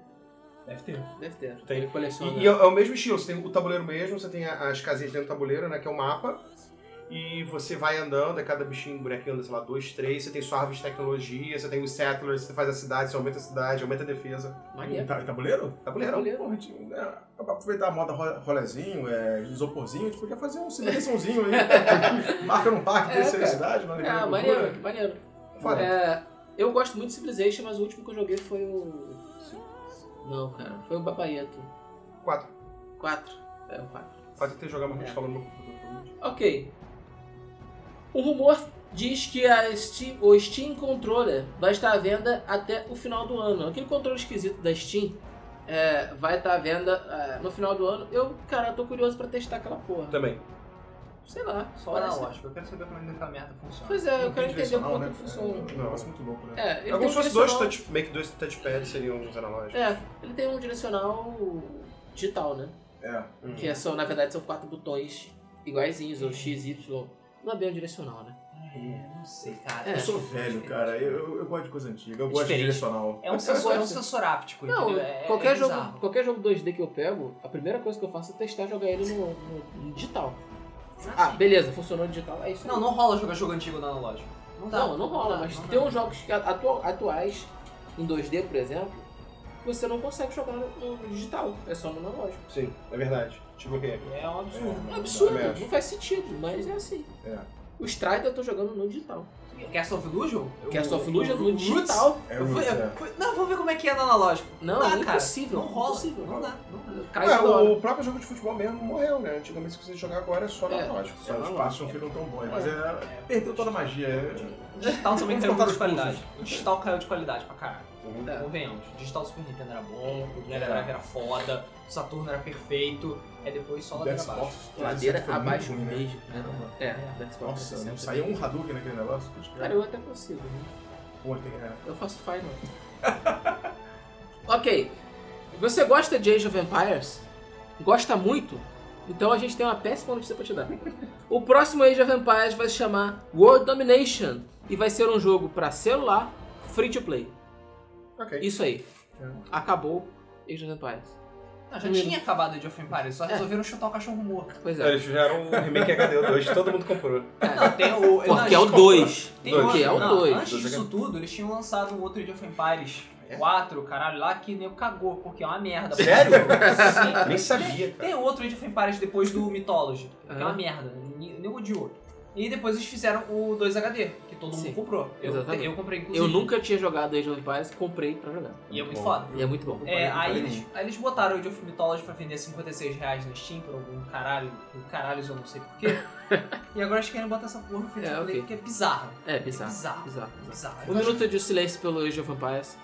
B: é
D: Deve ter.
A: Deve ter.
B: Tem.
A: Ele coleciona.
B: E, e é é o mesmo estilo, você tem o tabuleiro mesmo, você tem a- as casinhas dentro do tabuleiro, né? Que é o mapa. E você vai andando, é cada bichinho, bonequinho anda, sei lá, dois, três, você tem sua árvore de tecnologia, você tem os settlers, você faz a cidade, você aumenta a cidade, aumenta a defesa.
A: Maneiro.
C: Tá- Tabuleiro?
B: Tabuleiro.
A: Tabuleiro.
C: Porra, tinha- é, aproveitar a moda ro- rolezinho, é, isoporzinho, a gente podia fazer um simulaçãozinho aí. Marca num parque
B: é
C: desse aí na cidade, na Alegria
A: Ah,
C: da
A: maneiro,
C: Cultura.
A: maneiro.
C: Foda.
A: É, eu gosto muito de Civilization, mas o último que eu joguei foi o. Não, cara, foi o Babaieto.
B: Quatro.
A: 4. É, o 4.
B: Pode até jogar uma
A: É.
B: coisa falando no meu computador.
A: Ok. O rumor diz que a Steam, o Steam Controller vai estar à venda até o final do ano. Aquele controle esquisito da Steam é, vai estar à venda é, no final do ano. Eu, cara, tô curioso pra testar aquela porra.
B: Também.
A: Sei lá,
D: Só na
A: parece-
D: lógica. Eu quero saber como é que aquela merda funciona.
A: Pois é, eu quero entender
C: Bidirecional,
A: como
C: né?
A: que funciona.
C: É um negócio muito louco, né?
A: É, ele
B: É como se
A: tem um
B: fosse dois
A: direcional-
B: touch, meio que dois touchpads seriam uns analógicos.
A: É, ele tem um direcional digital, né?
C: É.
B: Hum.
A: Que são, na verdade, são quatro botões iguaizinhos, ou X, Y. Não é bem um direcional, né?
D: É, não sei, cara.
A: É.
C: Eu sou velho, cara. Eu, eu, eu gosto de coisa antiga. Eu gosto de
D: Diferente.
C: direcional.
D: É um sensor, é um sensor áptico.
A: Não,
D: entendeu? É-
A: qualquer,
D: é
A: jogo, Ah,
D: bizarro.
A: qualquer jogo 2D que eu pego, a primeira coisa que eu faço é testar jogar ele no, no- no digital. Ah,
D: sim.
A: beleza, funcionou no digital, é isso.
D: é assim. Não, não rola jogar jogo antigo no analógico. Não dá.
A: não, não rola,
D: dá,
A: mas
D: não
A: tem um
D: dá.
A: uns jogos que atua- atuais, em 2D, por exemplo, que você não consegue jogar no, no digital, é só no analógico.
B: Sim, é verdade. Tipo o quê?
D: É um absurdo.
A: É absurdo,
B: Também acho.
A: não faz sentido, mas é assim.
C: É.
A: O Strider eu tô jogando no digital.
D: Castle of Illusion?
A: Cast of
D: O-
A: Illusion
D: o- o
A: no
D: Roots?
A: digital.
C: É
D: Eu fui,
C: muito,
D: eu
C: é.
D: fui- não, vou ver como é que é no analógico.
A: Não,
D: dá,
A: é
D: cara.
A: impossível,
D: Não rola.
A: impossível,
D: não,
A: não.
D: dá. Não dá.
A: Cai
B: É,
A: toda hora.
B: o próprio jogo de futebol mesmo morreu, né? Antigamente, se você jogar agora, é só
A: É.
B: analógico.
C: Só os passos não ficam tão bons. Mas é,
D: É.
C: perdeu toda a magia. É,
D: O digital também caiu
C: Vamos contar
D: muito de
C: os
D: qualidade. O digital caiu de qualidade pra caralho.
B: Uhum.
A: É.
D: Convenhamos. O digital do Super Nintendo era bom, o Mega Drive era foda, o Saturno era perfeito, é depois só ladeira abaixo.
C: Xbox 360
A: Ladeira
C: foi muito
A: abaixo
D: um
C: ruim, né?
A: mesmo. né? É, da Xbox
C: Nossa, não
A: 360.
C: saiu um Hadouken naquele negócio? Puxa,
A: Cara, eu até consigo, né?
C: Pô, tem- é.
A: Eu faço Final. ok. Você gosta de Age of Empires? Gosta muito? Então a gente tem uma péssima notícia pra te dar. O próximo Age of Empires vai se chamar World Domination e vai ser um jogo pra celular, free to play.
B: Ok.
A: Isso aí. Acabou Age of Empires.
D: Não, já tinha acabado o Age of Empires, só
A: É.
D: resolveram chutar o cachorro morto.
A: Pois é.
B: Eles fizeram um remake HD 2, todo mundo comprou.
D: Não, tem o... não,
A: Porque é o
D: eles-
A: 2.
D: Tem
B: Dois.
D: outro,
A: Porque é É. o
D: não,
A: 2.
D: Antes disso tudo, eles tinham lançado um outro Age of Empires 4, caralho, lá que nego cagou, porque é uma merda.
B: Sério?
D: Sim.
B: Nem sabia, cara.
D: Tem um outro Age of Empires depois do Mythology, que é
A: Aham.
D: uma merda, ni- nego odiou. E depois eles fizeram o 2HD, que todo mundo
A: Sim.
D: comprou. Eu,
A: Exatamente.
D: eu comprei, inclusive.
A: Eu nunca tinha jogado Age of Empires, comprei pra jogar.
D: E é muito
C: Bom.
D: foda.
A: E é muito bom.
D: É, aí,
C: parei
D: eles, aí eles botaram o Age of Mythology pra vender 56 reais no Steam por algum caralho, por caralhos eu não sei porquê. e agora eles querem botar essa porra no free
A: É,
D: to
A: ok.
D: play, que é bizarro.
A: É, bizarro.
D: Bizarro.
A: Bizarro.
D: Bizarro.
A: Um minuto de silêncio pelo Age of Empires.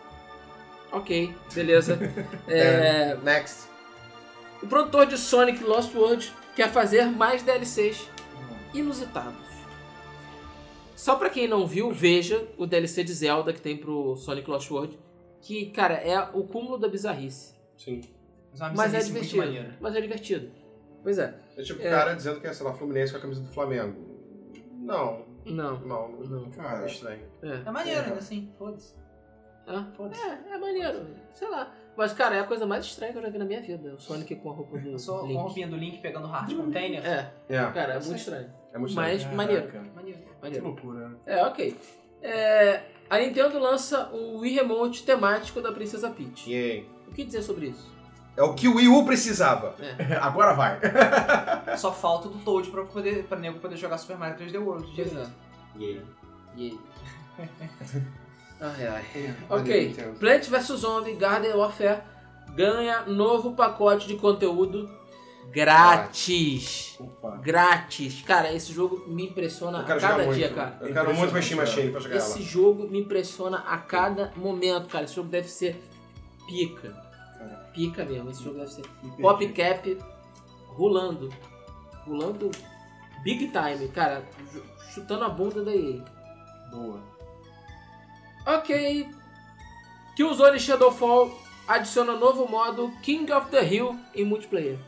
A: Ok, beleza. É,
B: Next.
A: o produtor de Sonic Lost World quer fazer mais DLCs inusitados. Só pra quem não viu, veja o DLC de Zelda que tem pro Sonic Lost World, que, cara, é o cúmulo da bizarrice.
B: Sim.
A: Mas é
D: uma bizarrice muito
A: divertido.
D: maneira.
A: Mas é divertido. Pois é.
B: É tipo
A: É.
B: o cara dizendo que é, sei lá, Fluminense com a camisa do Flamengo. Não,
A: Não,
B: não, não.
A: não.
C: Cara,
B: É estranho.
D: É
A: É,
D: maneiro,
C: É.
D: né? Assim, foda-se.
A: Hã?
D: Foda-se.
A: é, é maneiro. Sei lá. Mas, cara, é a coisa mais estranha que eu já vi na minha vida. O Sonic com a roupa do
D: Eu sou com a
A: é, Link.
D: roupinha do Link pegando hard container.
A: É,
B: É,
A: cara, é muito estranho.
B: é muito estranho.
A: Mas maneiro.
C: Caraca,
D: Maneiro.
C: Que
A: Maneiro.
C: loucura, né?
A: É, ok. É, a Nintendo lança o Wii Remote temático da Princesa Peach.
B: Yay.
A: O que dizer sobre isso?
B: É o que o Wii U precisava.
C: Agora vai.
D: Só falta do Toad pra, poder, pra nego poder jogar Super Mario 3D World. de jeito.
B: Yay.
A: Yay. ai, ai.
B: Maneiro,
A: Ok.
B: Nintendo.
A: Plant vs Zombie Garden Warfare ganha novo pacote de conteúdo grátis.
C: Opa.
A: Grátis. Cara, esse jogo me impressiona
B: Eu
A: a
B: quero jogar
A: cada
B: muito.
A: dia, cara.
B: Eu quero muito Machine Machine pra jogar
A: Esse jogo me impressiona a cada momento, cara. Esse jogo deve ser pica.
C: Cara.
A: Pica mesmo. Esse jogo deve ser
C: Entendi.
A: PopCap rolando. Rolando big time, cara. ju- Chutando a bunda da EA.
C: Boa.
A: Ok. Killzone Shadowfall adiciona novo modo King of the Hill em multiplayer.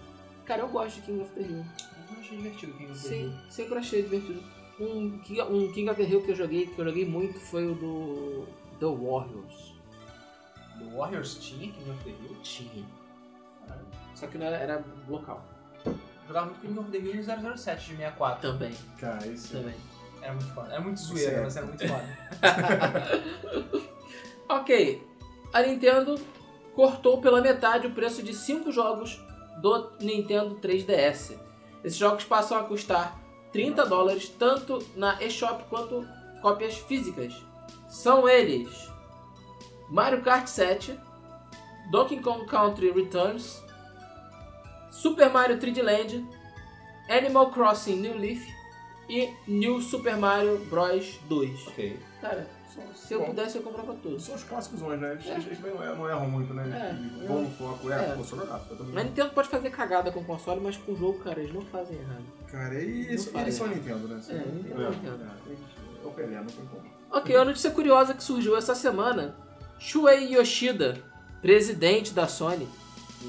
A: Cara, eu gosto de King of the Hill.
D: Eu achei divertido quem
A: Sim, sempre achei divertido. Um, Ki- um King of the Hill que eu joguei, que eu joguei muito, foi o do The Warriors.
D: Do Warriors tinha King of the Hill.
A: Tinha. Só que não era, era local.
D: Jogava muito King of the Hill no 007 de 64.
A: Também,
C: Cara, esse.
A: também.
D: Era muito foda. Era muito zoeira,
C: Certo.
D: mas era muito foda.
A: Ok, a Nintendo cortou pela metade o preço de 5 jogos do Nintendo 3DS. Esses jogos passam a custar 30 dólares tanto na eShop quanto cópias físicas. São eles Mario Kart 7, Donkey Kong Country Returns, Super Mario 3D Land, Animal Crossing New Leaf e New Super Mario Bros 2.
B: Ok.
A: Cara, só- se eu
C: é Bom.
A: pudesse eu comprava todos.
C: São os clássicos hoje, né? Eles,
A: É.
C: eles- eles não erram- não erram muito, né?
A: É.
C: Eles vão no foco, é,
A: É.
C: pô, só jogar. tá tudo
A: Mas
C: bem.
A: Nintendo pode fazer cagada com o console, mas com o jogo, cara, eles não fazem errado.
C: Cara, e
A: Não
C: eles,
A: falha.
C: eles são Nintendo, né?
A: É, Nintendo é Nintendo.
C: É, eles- é o Pelé, não tem como.
A: Ok, uma notícia curiosa que surgiu essa semana: Shuei Yoshida, presidente da Sony,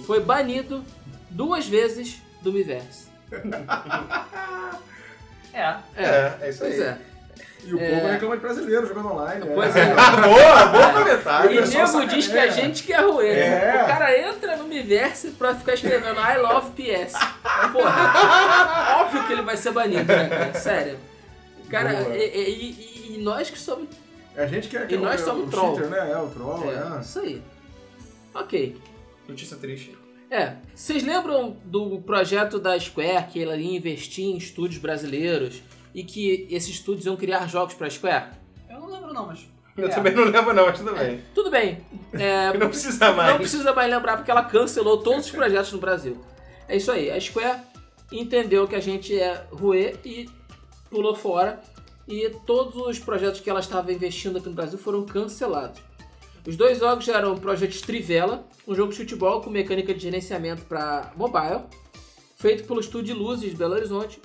A: foi banido duas vezes do Miiverse.
D: É.
A: É,
B: é isso
A: pois é.
C: E o
A: É.
C: povo reclama de brasileiro jogando online. né?
A: Pois é.
B: boa, bom comentário.
A: E
C: pessoal
A: nego
C: sacaneia.
A: diz que a gente que é ruim.
C: É.
A: O cara entra no Miiverse pra ficar escrevendo I love PS. Porra, óbvio que ele vai ser banido, né, cara? Sério. Cara,
C: Boa.
A: e, e- e- e nós que somos
C: É a gente que é, que
A: E
C: é o-
A: nós
C: é
A: somos
C: o
A: troll.
C: cheater, né? É o troll, é.
A: É, isso aí. Ok.
B: Notícia triste.
A: É, vocês lembram do projeto da Square que ela ia investir em estúdios brasileiros e que esses estúdios iam criar jogos pra Square?
D: Eu não lembro não, mas.
B: Eu
D: é.
B: também não lembro, não, mas tudo bem.
A: Tudo bem. É,
B: Não precisa mais.
A: Não precisa mais lembrar porque ela cancelou todos os projetos no Brasil. É isso aí. A Square entendeu que a gente é ruê e pulou fora. E todos os projetos que ela estava investindo aqui no Brasil foram cancelados. Os dois jogos eram o Project Trivela, um jogo de futebol com mecânica de gerenciamento para mobile, feito pelo estúdio Luzes de Belo Horizonte,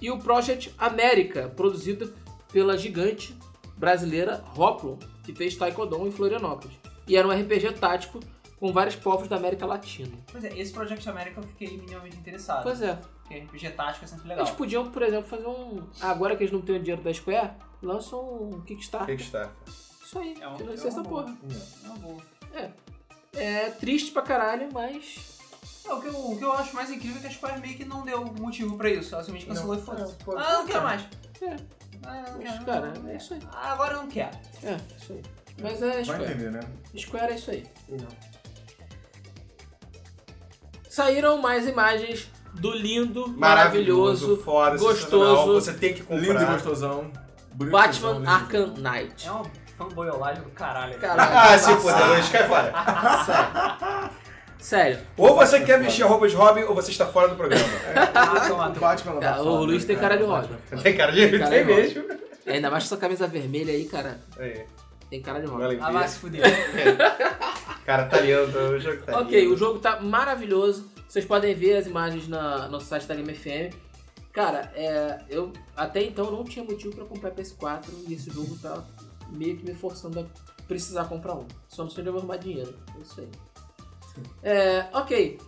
A: e o Project América, produzido pela gigante brasileira Hoplon, que fez Taekwondo em Florianópolis. E era um RPG tático com vários povos da América Latina.
D: Pois é, esse Project America eu fiquei minimamente interessado.
A: Pois é.
D: Porque RPG tático é sempre legal.
A: Eles podiam, por exemplo, fazer um. Ah, Agora que eles não têm o dinheiro da Square, lançam um
B: Tem
A: Kickstarter.
B: que estar.
A: Isso aí,
D: É um-
A: financia
D: é um
A: essa
D: bom.
A: porra.
D: Não, vou.
A: É triste pra caralho, mas.
D: É, o, que eu, o que eu acho mais incrível é que a Square meio que não deu motivo pra isso. Ela simplesmente cancelou e foda-se.
B: É, pô,
D: ah, eu não quero mais.
A: É.
D: Ah, eu não
A: Mas,
D: quero.
A: cara,
D: não.
A: é isso aí.
D: Ah, agora eu não quero.
A: É, isso aí. Mas é
C: Vai
A: Square.
C: entender, né?
A: Square é isso aí. Saíram mais imagens do lindo, maravilhoso,
B: fora,
A: gostoso.
B: sensacional. Você tem que comprar.
C: Lindo e gostosão. bonito e gostosão,
A: Batman
C: lindo e
A: Arkham
C: gostosão.
A: Knight.
D: É uma fanboyolagem do caralho. né?
A: Caralho,
B: Ah, se fuder, cai fora.
A: sério.
B: Ou você quer vestir a roupa de Robin ou você está fora do programa.
D: Ah,
C: É. O
D: toma, toma.
C: Batman não dá
A: Ah, o
C: foto,
A: Luiz
C: né,
A: tem cara de
C: O
A: Robin.
C: Batman.
B: Tem cara de
A: Cara de
B: tem
A: Robin.
B: mesmo.
A: Ainda mais com essa camisa vermelha aí, cara.
B: Aí,
A: Tem cara de rock.
B: olha
D: Ah, vai
B: aqui.
D: se fuder.
B: Cara, tá lindo, o jogo tá
A: Ok,
B: lindo.
A: o jogo tá maravilhoso. Vocês podem ver as imagens na, no nosso site da Game FM. Cara, é, eu até então não tinha motivo pra comprar PS4 e esse jogo tá meio que me forçando a precisar comprar um. Só não sei onde eu vou arrumar dinheiro. É isso aí. É, ok.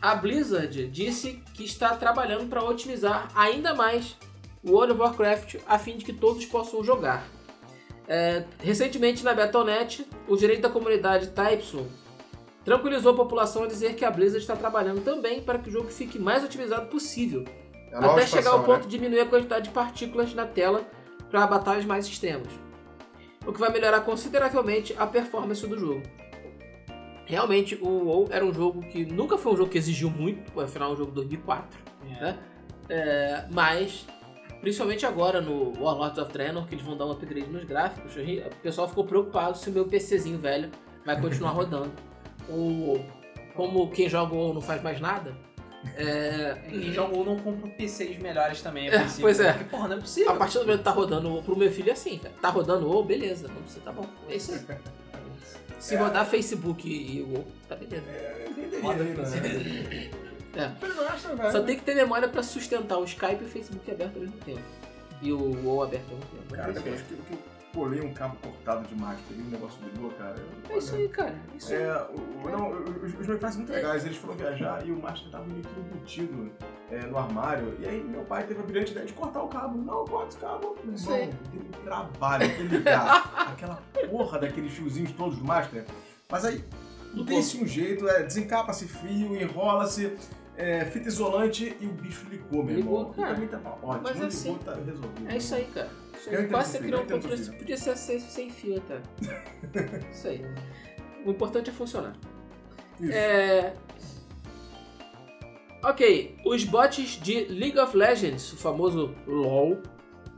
A: A Blizzard disse que está trabalhando para otimizar ainda mais o World of Warcraft a fim de que todos possam jogar. É, recentemente na Battle.net, o gerente da comunidade Typeson tranquilizou a população a dizer que a Blizzard está trabalhando também para que o jogo fique mais otimizado possível,
B: É a nova
A: até
B: expansão,
A: chegar ao
B: né?
A: ponto de diminuir a quantidade de partículas na tela para batalhas mais extremas, o que vai melhorar consideravelmente a performance do jogo. Realmente, o WoW era um jogo que nunca foi um jogo que exigiu muito, afinal, é um jogo de 2004. né? É, mas, principalmente agora no Warlords of Draenor, que eles vão dar um upgrade nos gráficos, a gente- o pessoal ficou preocupado se o meu PCzinho velho vai continuar rodando. Ou, como quem joga ou não faz mais nada. É,
D: Quem jogou não compra um PCs melhores também, é
A: É,
D: possível.
A: pois é.
D: Porque, porra, não é
A: a
D: possível.
A: partir do momento que tá rodando o pro meu filho é assim, cara. Tá rodando ou beleza, não precisa, tá bom. É isso aí. Se rodar Facebook e o tá beleza.
C: É, entenderia, né?
B: Mas eu acho, velho.
A: Só tem que ter memória pra sustentar o Skype e o Facebook aberto ao mesmo tempo. E o WoW aberto ao mesmo tempo.
C: Cara, depois que, que eu colei um cabo cortado de mágica e o negócio brilhou, cara. eu-
A: É isso aí, cara. É isso aí.
C: É, o- o- não, o- os, os meus pais são muito legais, eles foram viajar e o Master tava meio que embutido é, no armário. E aí meu pai teve a brilhante ideia de cortar o cabo. Não, corta o cabo. Meu
A: Isso
C: irmão,
A: aí.
C: aquele trabalho, aquele ligar, aquela porra daqueles fiozinhos todos do Master. Mas aí,
A: Do
C: tem-se um jeito, é, desencapa-se fio, enrola-se, é, fita isolante e o bicho ligou, meu
A: Ligou,
C: irmão. E
A: cara.
C: também tava ótimo,
A: Mas
C: ligou,
A: assim,
C: tá resolvido.
A: É isso aí, cara. Isso aí.
C: Eu entendo
A: Quase você
C: o
A: criou um
C: filho, eu entendo
A: controle.
C: o filho.
A: Podia ser sem, sem fio tá? até. Isso aí. O importante é funcionar.
C: Isso.
A: É, Ok, os bots de League of Legends, o famoso LoL,
B: né?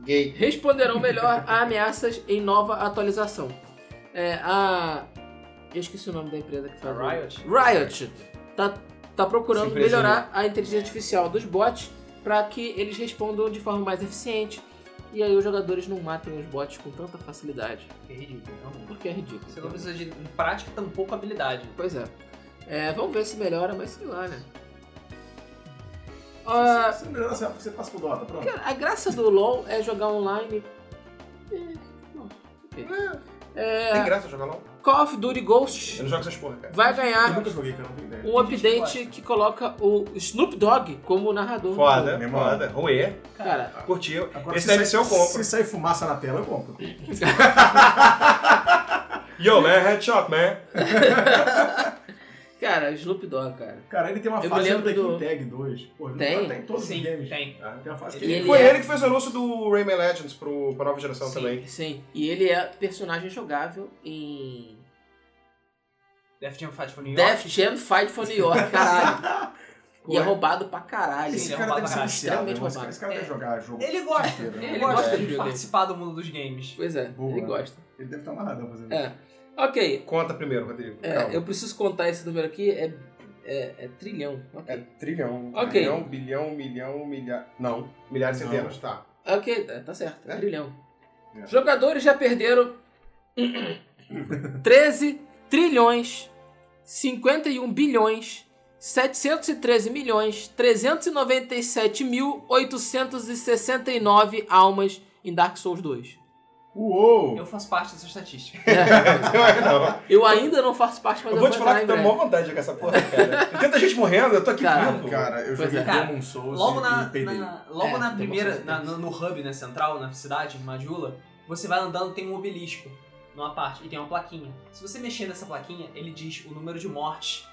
B: Gay.
A: responderão melhor a ameaças em nova atualização. É, a... Eu esqueci o nome da empresa que faz. o-
D: Riot?
A: Riot tá, tá procurando
B: Essa empresa,
A: melhorar a inteligência artificial dos bots para que eles respondam de forma mais eficiente e aí os jogadores não matem os bots com tanta facilidade,
D: É ridículo, não.
A: porque é ridículo.
D: Você não precisa de prática, tampouco habilidade.
A: Pois é. É, Vamos ver se melhora, mas sei lá, né? Ah,
C: Se não melhorar, você- você passa pro Dota, pronto.
A: cara, a graça do LoL é jogar online. É, bom, ok.
B: Tem
A: É,
B: graça jogar LOL?
A: Call of Duty Ghosts
B: Eu não jogo essas porra, cara.
A: vai
C: Eu
A: ganhar
C: nunca joguei, cara, não tenho ideia.
A: um update que coloca o Snoop Dogg como narrador.
B: Foda,
C: Meu irmão.
B: foda. Roê,
A: Cara,
B: curtiu.
C: Agora,
B: Esse
C: se
B: deve ser
C: sai-
B: eu compro.
C: Se sair fumaça na tela, eu compro.
B: Yo, man, headshot, man.
A: Cara, Snoop Dogg, cara.
C: Cara, ele tem uma
A: Eu
C: fase
A: me lembro
C: do Tekken
A: do-
C: Tag 2. Pô, ele
A: Tem?
C: Tem em todos
D: Sim,
C: os games.
D: tem.
C: Ah, Tem uma fase que
A: E ele
B: Foi
A: é-
B: ele que fez o anúncio do Rayman Legends pro, pra nova geração também.
A: Sim, e ele é personagem jogável em
D: Death Jam Fight for New York.
A: Death Jam Fight for New York, caralho. e é roubado pra caralho. então.
D: Ele
C: Esse
D: é
C: cara deve
D: roubado,
C: ser
D: cara.
C: viciado,
A: Extremamente
C: irmão. Esse cara-
A: roubado.
C: esse cara deve jogar jogo.
D: Ele gosta,
C: inteiro, né?
D: ele
A: gosta
D: gosta
A: de
D: de
A: videogame.
D: participar do mundo dos games.
A: Pois é,
C: Boa.
A: ele gosta.
C: Ele deve tá estar amarradão fazendo
A: É. Ok,
B: Conta primeiro, Rodrigo.
A: é,
B: Calma.
A: eu preciso contar esse número aqui, é, é, é trilhão.
B: É
A: Ok,
C: um
B: trilhão,
A: Ok.
B: bilhão, bilhão, milhão, milhar... Não, milhares e
C: Não.
B: centenas, tá.
A: Ok, tá- tá certo, é
B: É?
A: trilhão.
C: É.
A: Jogadores já perderam 13 trilhões, 51 bilhões, 713 milhões, 397.869 almas em Dark Souls 2.
C: Uou!
D: Eu faço parte dessa estatística.
B: Não.
A: Eu ainda não faço parte, mas
B: Eu
A: eu,
B: vou te
A: entrar
B: falar que
A: em
C: tá
B: dá
A: breve.
B: mó vontade de jogar essa porra, cara. Tem tanta gente morrendo, eu tô aqui
A: Cara,
B: vivo.
C: Ah, Cara, eu
A: Pois
C: joguei
A: é.
D: Cara,
C: Demon Souls
D: Logo
C: e,
D: na,
C: e Payday.
D: na- logo
A: É,
D: na
A: tem
D: primeira,
A: bastante
D: na- no, no hub né, central, na cidade, em Majula, você vai andando, tem um obelisco numa parte e tem uma plaquinha. Se você mexer nessa plaquinha, ele diz o número de mortes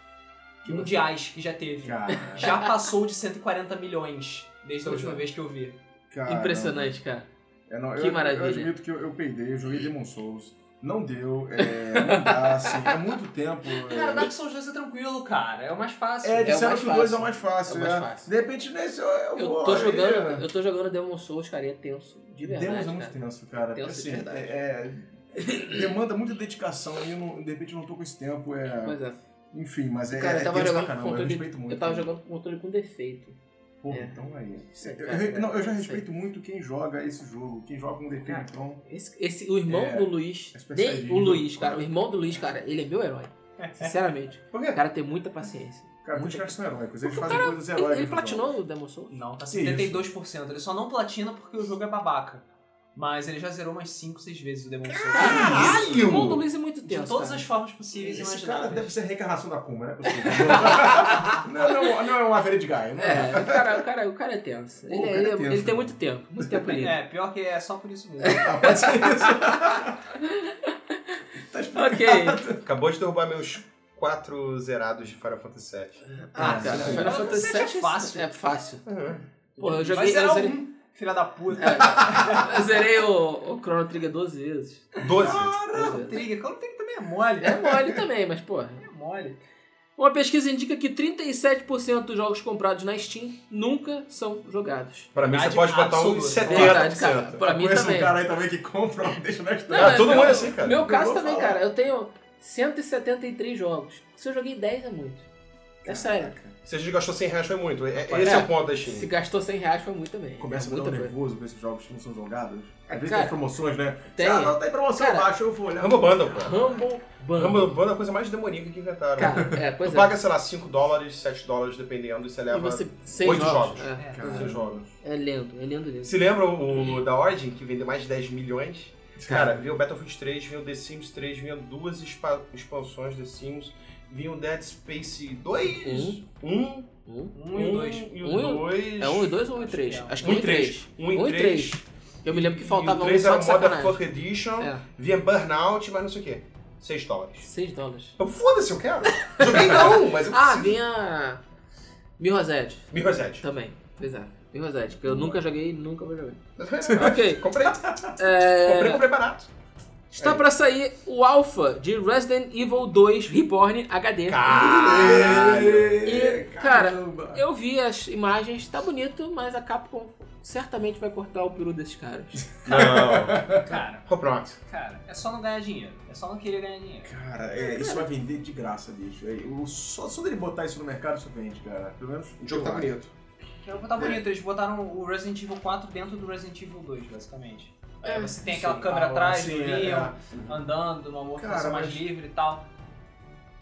D: mundiais que já teve.
C: Cara,
D: Já passou de 140 milhões desde a
A: Pois
D: última
A: é.
D: vez que eu vi.
C: cara,
A: Impressionante, cara.
C: É, não,
A: Que
C: eu,
A: maravilha.
C: Eu admito que eu, eu peidei, eu joguei Demon Souls. Não deu, é, não dá, assim, é muito tempo.
D: Cara,
C: É,
D: Dark Souls 2 é tranquilo, cara. É o mais fácil.
C: é
A: é o
C: disseram
A: mais
C: que o 2 é
A: fácil.
C: o mais fácil.
A: É o mais
C: é.
A: fácil.
C: De repente, nesse eu, eu
A: Eu
C: vou.
A: tô
C: aí,
A: jogando,
C: é.
A: eu tô jogando Demon Souls, cara, e é tenso, de verdade,
C: Demon é muito
A: cara.
C: tenso, cara.
A: Tenso de
C: assim,
A: verdade.
C: é- é- demanda muita dedicação e eu não- de repente eu não tô com esse tempo. É,
A: Pois é.
C: enfim, mas é,
A: Cara, eu
C: é
A: tava
C: tenso
A: jogando
C: pra
A: com
C: caramba, eu
A: controle-
C: respeito muito.
A: Eu tava jogando com controle com defeito.
C: Porra,
A: É.
C: então aí.
A: Sei,
C: Eu-
A: cara, é,
C: eu- não, eu já
A: sei.
C: respeito muito quem joga esse jogo, quem joga com defeito, então.
A: Esse, esse- o irmão
C: É,
A: do Luiz,
C: é Super
A: nem
C: Saiyajin,
A: o Luiz,
C: né?
A: cara, o irmão do Luiz, cara, ele é meu herói. Sinceramente.
B: Por
A: O
B: quê?
A: cara tem muita paciência.
C: Cara, muitos
A: Muita-
C: caras são heróicos, eles
A: Porque o
C: fazem coisas
A: Ele,
C: heróicas. então.
A: ele
C: no jogo.
A: platinou o Demon Souls?
D: Não, tá
C: Que isso?
D: 72%. Ele só não platina porque o jogo é babaca. Mas ele já zerou umas 5, 6 vezes o Demon Souls.
A: O irmão do Luiz é muito
D: De
A: tenso.
D: todas
A: cara.
D: as formas possíveis e
C: Esse
A: né?
C: cara
D: imagináveis.
C: deve ser a reencarnação da Kuma, né? não, não, não é um Avered Guy, não é?
A: É, o cara, o, cara, o cara é tenso.
C: Pô,
A: ele,
C: o cara
A: ele-
C: é tenso,
A: ele tem
C: né?
A: muito tempo, muito tempo livre.
D: É, pior que é só por isso mesmo.
C: Ah,
B: É,
C: pode ser isso. tá explicado.
A: Ok.
B: Acabou de derrubar meus quatro zerados de Final Fantasy VII.
A: Ah, cara,
C: sim.
A: Final Fantasy
D: Sete é
A: VII
D: fácil.
A: É fácil.
B: Uhum.
A: Porra, eu
D: Vai
A: joguei.
D: zerar
A: Eu zerei,
D: um, filha da puta.
A: eu zerei o, o Chrono Trigger 12 vezes.
B: Doze.
A: Doze
D: Caramba,
A: vezes.
D: um Trigger. Quando tem que também é mole.
A: É mole também, mas porra.
D: É mole.
A: Uma pesquisa indica que 37% dos jogos comprados na Steam nunca são jogados. É
B: Pra mim, você
D: Verdade
B: pode botar um
D: absoluta.
A: Verdade, cara.
B: 70%.
A: Pra
C: Eu
A: mim
C: conheço
A: também.
C: um cara aí também que compra, deixa na
A: Não,
C: história.
B: Ah,
A: é
B: todo
A: meu-
B: mundo é assim, cara.
A: Meu
C: Eu
A: caso
C: vou
A: também,
C: falar.
A: cara. Eu tenho 173 jogos. Se eu joguei 10 é muito. É sério.
B: Se a gente gastou 100 reais, foi muito. É-
A: É.
B: Esse é o ponto da
A: Se
B: Steam.
A: gastou 100 reais foi muito também. é
C: Começa a me dar um
A: muita coisa. Ah,
C: nervoso com esses jogos que não são jogados. Às vezes
A: Cara,
C: tem promoções, né?
A: tem.
C: Ah, não, tem promoção
A: Cara,
C: baixa, eu vou olhar.
B: Rambo Bundle, pô.
A: Rumble Band.
B: Rambo Bundle é a coisa mais demoníaca que inventaram.
A: Cara, é, pois
B: Tu
A: é.
B: paga, sei lá, 5 dólares, 7 dólares, dependendo, e você
A: E
B: leva
A: você, seis
B: oito
A: jogos.
B: jogos.
A: É.
D: É.
B: seus jogos.
A: É lento, é lento, lento.
B: Se lembra o da Origin, que vendeu mais de 10 milhões? Cara, veio o Battlefield 3, veio o The Sims 3, vinha duas expa- expansões The Sims, vinha o Dead Space 2, 1,
A: Um,
D: Um e dois.
B: e
A: Um e-
B: o 2.
A: é um e dois ou um e
D: Acho
A: três?
D: que é.
A: Acho que
B: Um
A: um
B: e
A: e três.
B: 1 e 3.
A: Eu me lembro que
B: e
A: faltava
B: o
A: um
B: 3
A: só
B: era
A: de
B: o
A: sacanagem.
B: Motherfucker Edition,
A: É,
B: vinha Burnout, mas não sei o que. 6 dólares.
A: 6 dólares.
B: Eu, Foda-se, eu quero. Joguei não, mas eu
A: Ah,
B: preciso.
A: vinha. Mirrosette
B: Me reset.
A: também. Pois é, Mirrosette, que eu nunca joguei e nunca vou jogar.
B: comprei,
A: Ok,
B: comprei
A: é.
B: comprei barato.
A: Está pra sair o Alpha de Resident Evil 2 Reborn HD. E, cara,
C: Caramba.
A: Eu vi as imagens, tá bonito, mas a Capcom certamente vai cortar o peru desses caras.
B: Não.
D: Cara,
B: Ficou pronto.
D: cara, é só não ganhar dinheiro. É só não querer ganhar dinheiro.
C: Cara, é, isso vai vender de graça, bicho. É, o- só, só dele botar isso no mercado, isso vende, cara. Pelo menos.
B: O jogo
C: eu
B: tá
C: acho.
B: bonito.
D: Quero Então, botar bonito, eles botaram o Resident Evil 4 dentro do Resident Evil 2, basicamente. Aí você tem aquela
C: Sim.
D: câmera
C: Ah,
D: atrás
C: sim,
D: do
C: é,
D: Leon,
C: é.
D: andando, uma movimentação
C: Cara,
D: mais
C: mas-
D: livre e tal.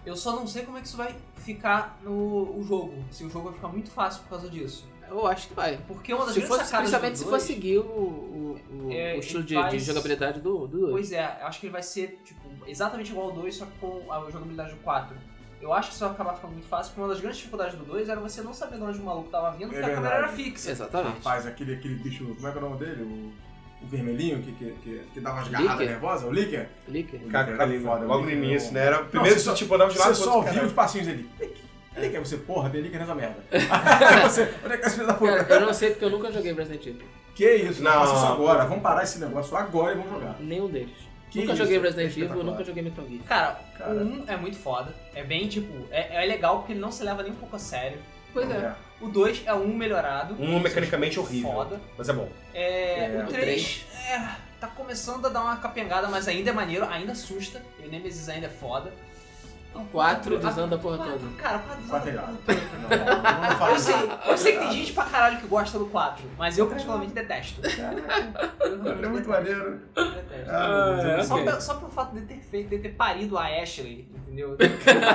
D: Eu só não sei como é que isso vai ficar no o jogo. Se o jogo vai ficar muito fácil por causa disso.
A: Eu acho que vai.
D: Porque É uma das
A: Se
D: grandes
A: for,
D: sacadas
A: principalmente
D: do
A: se for
D: dois-
A: seguir o, o- o-
D: É,
A: o estilo
D: ele
A: de,
D: faz-
A: de jogabilidade do 2.
D: Pois é, eu acho que ele vai ser tipo, exatamente igual ao 2, só que com a jogabilidade do 4. Eu acho que isso vai acabar ficando muito fácil, porque uma das grandes dificuldades do 2 era você não saber de onde o maluco tava vindo,
C: É
D: porque a câmera era
C: verdade.
D: fixa.
A: Exatamente.
C: Rapaz, aquele, aquele bicho. Como é que é o nome dele? O, o vermelhinho que, que, que, que dava umas garradas
A: Licker?
C: nervosas? O Licker?
A: Clique.
C: O
B: Cara,
C: Licker
B: cara,
C: era foda, o
B: logo no
C: Licker era
B: início,
C: bom.
B: né? Era,
C: você
B: primeiro
C: só-
B: você tipo, andava de lado
C: Você
B: pro
C: só
B: outro,
C: ouviu
B: caralho.
C: os passinhos dele. Licker, Licker. Aí você, porra, tem Licker nessa merda. Aí você, onde é que é esse filho da puta?
A: Cara, eu não sei porque eu nunca joguei Resident Evil.
C: Que isso, não.
B: Não.
C: Faça isso agora. Vamos parar esse negócio agora e vamos jogar.
A: Nenhum deles.
C: Que
A: nunca
C: isso,
A: joguei
C: que
A: Resident Evil,
C: espetacular.
A: nunca joguei Metal Gear.
D: Cara,
C: Cara.
D: o 1 é muito foda. É bem tipo. É, é legal porque ele não se leva nem um pouco a sério.
A: Pois é.
D: O 2 é um melhorado.
B: Um mecanicamente horrível.
D: Foda.
B: Mas é bom.
D: É,
C: É,
D: o
A: o
D: 3 é, tá começando a dar uma capengada, mas ainda é maneiro, ainda assusta. E o Nemesis ainda é foda.
A: O
D: Ah.
A: 4 desanda a porra
D: Quatro,
A: toda.
D: Cara, 4
C: Quatro é
D: desanda.
C: irado. Não, não fala
D: Eu
C: isso.
D: sei, eu sei que tem gente pra caralho que gosta do 4, mas eu particularmente detesto.
C: Caraca,
D: Eu
C: É muito
D: realmente
C: maneiro.
D: detesto.
C: Ah, meu Deus,
A: é,
D: Só,
A: ok.
D: pe- só pelo fato de ter feito, de ter parido a Ashley, entendeu?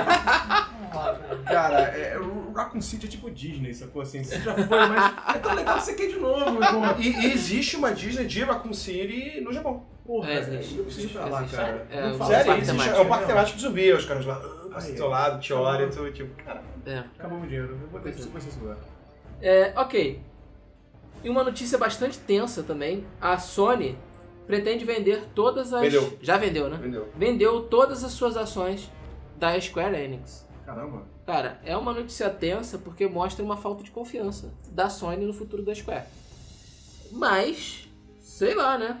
D: Não tá, rola, velho.
C: Cara, é, o Raccoon City é tipo Disney, sacou? Assim, você já foi, mas é tão legal que você quer de novo. Porra,
B: E, e existe uma Disney de Raccoon City no Japão.
C: porra
A: É,
C: cara,
A: existe,
C: eu preciso ir pra lá,
A: existe.
C: cara.
A: É,
C: Não
A: um
C: fala.
B: Sério,
A: parque
B: existe.
A: temático.
B: É um parque temático de zumbi. Os caras lá, ah, passa do
C: Aí.
B: teu lado, te olha, e tu, tipo, cara.
A: É.
C: Acabou meu dinheiro. Eu vou ter que conhecer esse lugar.
A: É, ok. E uma notícia bastante tensa também. A Sony pretende vender todas as.
B: Vendeu.
A: Já vendeu, né?
B: Entendeu?
A: Vendeu todas as suas ações da Square Enix.
C: Caramba.
A: Cara, é uma notícia tensa porque mostra uma falta de confiança da Sony no futuro da Square. Mas, sei lá, né?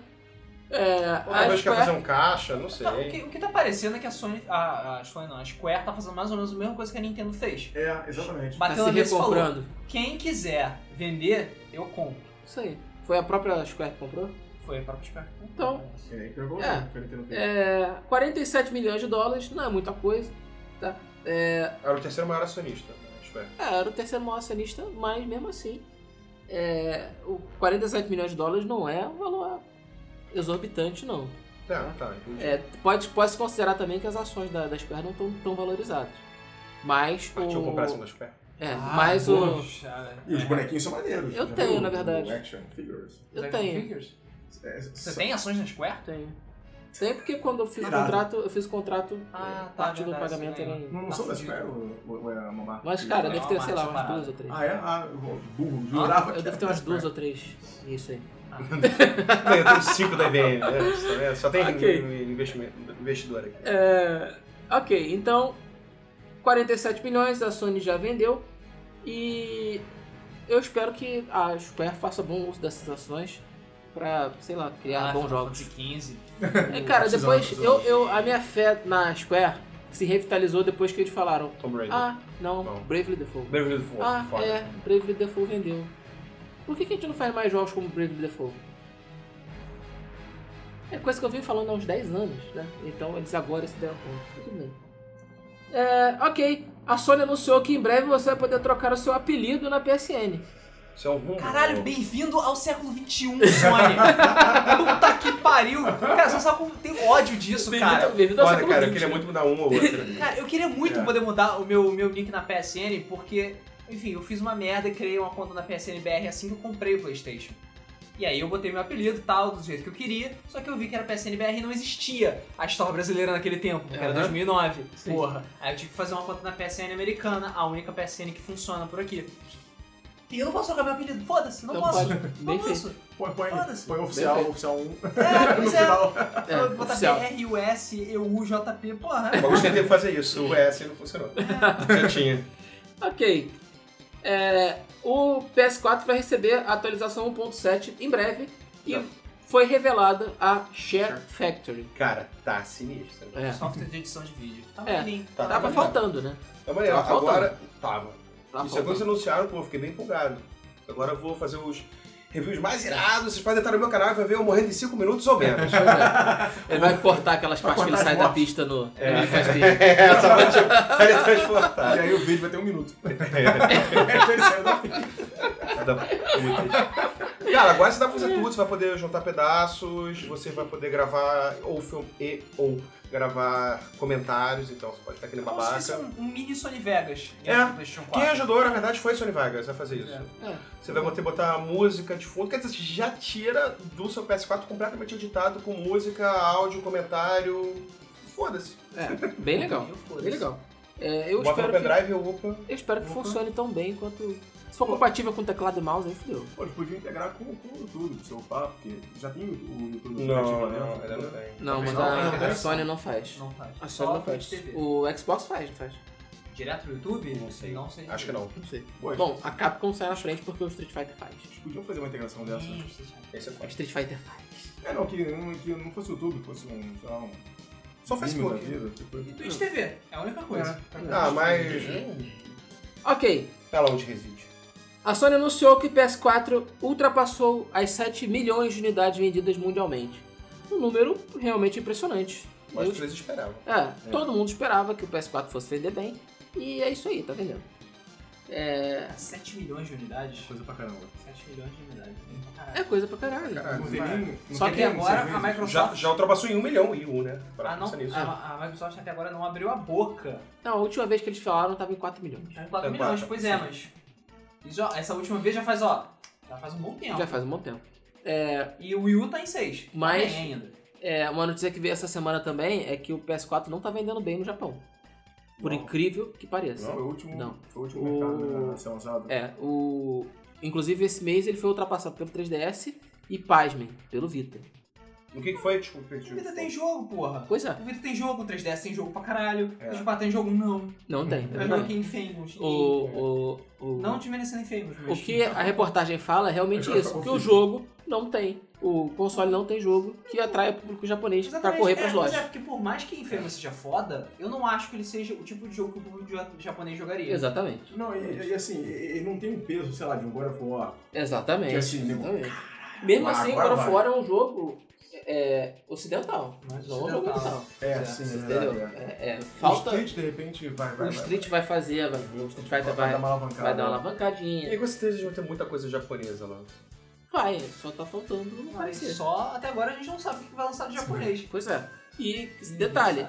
A: É,
C: Ah,
B: Ou
A: a
B: talvez quer fazer
A: Square...
B: um caixa, não sei.
D: Não, o, que, o que tá parecendo é que a Sony. A, a Sony não, a Square tá fazendo mais ou menos a mesma coisa que a Nintendo fez.
C: É, exatamente.
A: tá
D: Bateu
A: se
D: na mesa e falou:
A: recomprando.
D: quem quiser vender, eu compro.
A: Isso aí. Foi a própria Square que comprou?
D: Foi a própria Square. que comprou.
A: Então.
C: E aí pegou
A: É.
C: né, porque ele tem no peito.
A: É, 47 milhões de dólares, não é muita coisa. Tá? É,
B: Era o terceiro maior acionista. acho que é.
A: É, era o terceiro maior acionista, mas mesmo assim, é, o 47 milhões de dólares não é um valor exorbitante, não.
B: Tá, tá. entendi.
A: É, pode, pode se considerar também que as ações da, da Square não estão tão valorizadas. Mas
B: Partiu a comparação
A: o.
B: das pés.
A: É,
D: Ah,
A: mas o.
D: poxa, é,
C: E os bonequinhos são maneiros.
A: Eu
C: Já
A: tenho,
C: viu?
A: na verdade.
C: O Action figures.
A: Eu
D: Dragon
A: tenho.
D: Figures?
C: É,
D: Você
C: são-
D: tem ações na Square?
A: Tenho. Tem porque quando eu fiz o
C: Irado.
A: contrato, eu fiz o contrato,
D: Ah, tá,
A: parte do
D: verdade,
A: pagamento
D: sim,
A: era
D: é.
A: em.
C: Não, não são da Square ou, ou- ou é uma marca?
A: Mas, cara,
D: Não,
A: deve ter,
D: mas
A: sei lá, umas
D: separado.
A: duas ou três.
C: Ah, é? Ah, eu- burro, jurava
A: Eu
C: que
A: devo ter
C: era
A: umas
C: da
A: duas
C: Square.
A: ou três. Isso aí.
D: um
B: Não, eu tenho cinco da IBM, né? Tá vendo? Só tem
A: Ok.
B: um investimento, investidor aqui.
A: É, ok, então 47 milhões a Sony já vendeu e eu espero que a Square faça bom uso dessas ações pra, sei lá, criar
D: Ah,
A: bons
D: Final
A: jogos.
D: Fantasy 15. É,
A: E, cara,
C: Precisamos,
A: depois eu, eu a minha fé na Square se revitalizou depois que eles falaram:
B: Tomb Raider.
A: "Ah, não,
B: Bom.
A: Bravely Default".
B: Bravely Default,
A: Ah,
B: foda.
A: é, Bravely Default vendeu. Por que, que a gente não faz mais jogos como Bravely Default? É coisa que eu vim falando há uns 10 anos, né? Então eles agora se deram conta. Tudo bem. É, ok. A Sony anunciou que em breve você vai poder trocar o seu apelido na PSN.
B: Isso é um rumo.
D: Caralho, bem-vindo ao século XXI, Sony. Puta que pariu. Cara, você sabe como tem ódio disso, cara.
A: bem-vindo ao
B: Foda,
A: século
B: cara,
A: XX.
B: eu queria muito mudar um ou outro.
D: Cara, eu queria muito
C: É.
D: poder mudar o meu, meu nick na PSN, porque, enfim, eu fiz uma merda e criei uma conta na PSN BR assim que eu comprei o PlayStation. E aí eu botei meu apelido e tal, do jeito que eu queria, só que eu vi que era PSN BR e não existia a Store brasileira naquele tempo, que era
A: Aham.
D: 2009.
A: Sim.
D: Porra. Aí eu tive que fazer uma conta na PSN americana, a única PSN que funciona por aqui. E eu não posso trocar meu apelido, foda-se, não
A: Então
D: posso.
A: pode.
D: Não
A: Bem feito.
D: posso.
C: Põe, põe,
D: Foda-se.
C: põe oficial,
A: Bem feito.
C: oficial 1 no
D: É, pois é.
C: final.
A: É,
D: Vou botar
A: oficial.
D: BRUS, EU, JP, porra.
B: O Augusto tentou fazer isso, o S não funcionou.
D: É.
B: Já tinha.
A: Ok. um É, o PS4 vai receber a atualização 1.7 em breve. E foi revelada a Share Factory.
B: Cara, tá sinistro.
A: É.
D: Software de edição de vídeo. Tá
A: É.
D: maneiro.
B: Tá,
A: Tava
B: tá
A: faltando, né?
B: Tá maneiro.
A: Tava faltando.
B: Agora, tava.
A: Tava
B: Isso é
A: faltando.
B: quando vocês anunciaram, pô, eu fiquei bem empolgado. Agora eu vou fazer os reviews mais irados, vocês podem entrar no meu canal e vai ver eu morrendo em 5 minutos ou menos.
A: Pois é. Ele vai cortar aquelas partes que ele sai da pista no. no
B: É.
A: Manifest Pit.
B: é, essa vai É, te teletransportar.
A: É.
C: E aí o vídeo vai ter um minuto.
B: Cada- muitas. tá Cara, agora você dá pra fazer tudo, você vai poder juntar pedaços, você vai poder gravar ou filme e ou gravar comentários, então você pode estar aquele
D: Como se fosse
B: babaca.
D: um, um mini Sony Vegas dentro
B: É.
D: do PlayStation
B: Quem
D: 4.
B: ajudou, na verdade, foi Sony Vargas a fazer isso.
D: É.
A: É.
B: Você vai poder botar música de fundo, quer dizer, você já tira do seu PS4 completamente editado com música, áudio, comentário. Foda-se.
A: É, bem legal.
D: Eu foda-se.
A: Bem legal. É, eu,
B: Bota no
A: espero que,
B: pendrive, opa.
A: eu espero que funcione tão bem quanto. Se for compatível com teclado e mouse, aí fudeu.
C: Pô, eles podiam integrar com, com o YouTube, com o seu papo, porque já tem o, o YouTube no aplicativo,
B: Não,
C: né?
B: não, ainda não tem.
A: Não, mas
D: não,
A: a,
D: não,
A: a
D: não.
A: Sony não faz.
D: Não faz.
A: A Sony
D: Só
A: Ah, não faz.
D: TV.
A: O Xbox faz, não faz?
D: Direto no YouTube? Não sei. Não sei.
B: Acho que é não.
A: Não sei.
C: Pô,
A: Bom, a Capcom sai na frente porque o Street Fighter faz.
C: eles podiam fazer uma integração dessa. né?
B: Esse é
A: A
B: foda.
A: Street Fighter faz.
C: É, não, que, não- que não fosse o YouTube, fosse um, sei lá, um...
B: Só
C: Vimeo da
B: Facebook.
C: vida, tipo,
D: E Twitch TV. É a única coisa.
B: Ah, mas. hum,
A: Ok.
B: Tá lá onde reside.
A: A Sony anunciou que o PS4 ultrapassou as 7 milhões de unidades vendidas mundialmente. Um número realmente impressionante.
B: Mas
A: Eu-
B: vocês esperavam.
A: é, todo mundo esperava que o PS4 fosse vender bem. E é isso aí, tá vendendo.
D: 7 milhões de unidades.
C: coisa pra caramba.
D: 7 milhões de unidades.
A: É
D: Caralho.
A: coisa pra caralho.
B: Caralho.
C: Não tem nem... não
A: Ah, Só
C: tem
D: Até
A: que
C: nem um
D: agora a
C: serviço.
B: Já,
D: Microsoft.
B: já ultrapassou em um milhão e um, né? Para
D: Ah, não,
B: pensar nisso.
D: a, a Microsoft até agora não abriu a boca.
A: Não, a última vez que eles falaram tava em 4 milhões.
D: Tá em 4
B: É
D: milhões,
B: quatro,
D: pois é, mas. isso, ó, essa última vez já faz, ó. Já faz um bom tempo.
A: Já faz um bom tempo.
D: E o Wii U tá em 6.
A: Mas-
D: Bem ainda.
A: É, uma notícia que veio essa semana também é que o PS4 não tá vendendo bem no Japão. Por
C: Não.
A: incrível que pareça.
C: Foi o último,
A: Não.
C: Foi o último
A: O-
C: mercado né, a ser lançado.
A: É, o. Inclusive esse mês ele foi ultrapassado pelo 3DS e, pasmem, pelo Vita.
B: O que, que foi? Desculpa, perdi.
D: O Vita tem jogo, porra.
A: Pois é,
D: O Vita tem jogo, o 3DS tem jogo pra caralho.
C: É.
D: O Vita tem jogo, não.
A: não tem.
D: Eu
A: É, não
D: joguei em Famous.
A: O, o, o,
D: Não desmerecendo em Famous,
A: o
D: mas. Então,
A: que é a reportagem fala é realmente
C: Eu já
A: isso, que
C: ouvi.
A: o jogo não tem, o console não tem jogo que atrai o público japonês pra
D: Exatamente.
A: tá correr
D: É,
A: pras
D: mas É,
A: lojas.
D: porque por mais que Infamous seja foda, eu não acho que ele seja o tipo de jogo que o público ja- japonês jogaria.
A: Exatamente.
C: Não, e, e assim, ele não tem um peso, sei lá, de um God of War.
A: Exatamente.
C: Que assim, nego,
A: exatamente. Mesmo
C: agora
A: assim, God of
C: vai.
A: War é um jogo é, ocidental.
D: Mas
A: Não é um jogo oriental.
C: É,
D: É,
C: assim,
A: Você
C: é verdade,
A: entendeu?
C: é.
A: É, é,
C: O
A: falta.
C: Street, de repente, vai, vai,
A: O
C: vai,
A: Street vai fazer, vai- o Street Fighter vai,
C: dar uma alavancada.
A: vai dar uma
B: E
A: alavancadinha.
B: com certeza eles vão ter muita coisa japonesa lá. É,
A: Vai, só tá faltando não
D: Mas
A: aparecer.
D: só até agora a gente não sabe o que vai lançar de japonês.
A: Pois é. E esse detalhe,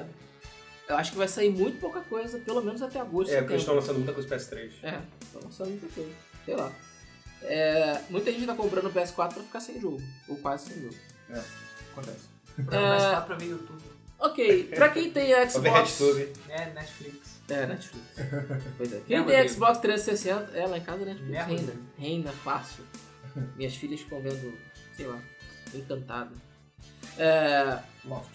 A: eu acho que vai sair muito pouca coisa, pelo menos até agosto.
B: É, porque
A: setembro.
B: eles estão lançando muita coisa PS3.
A: É, então só muita coisa. Sei lá. É, muita gente tá comprando o PS4 pra ficar sem jogo, ou quase sem jogo.
C: Acontece.
A: é-
D: Mas dá pra ver YouTube.
A: Ok, pra quem tem Xbox.
B: Overhead Tube.
D: É, Netflix.
A: É, Netflix. Pois é. Quem
D: É,
A: tem
D: Rodrigo.
A: Xbox 360, é lá em casa, né?
D: É,
A: Reina.
D: Rodrigo.
A: Reina fácil. Minhas filhas ficam vendo, sei lá, encantada. É.
C: Loft.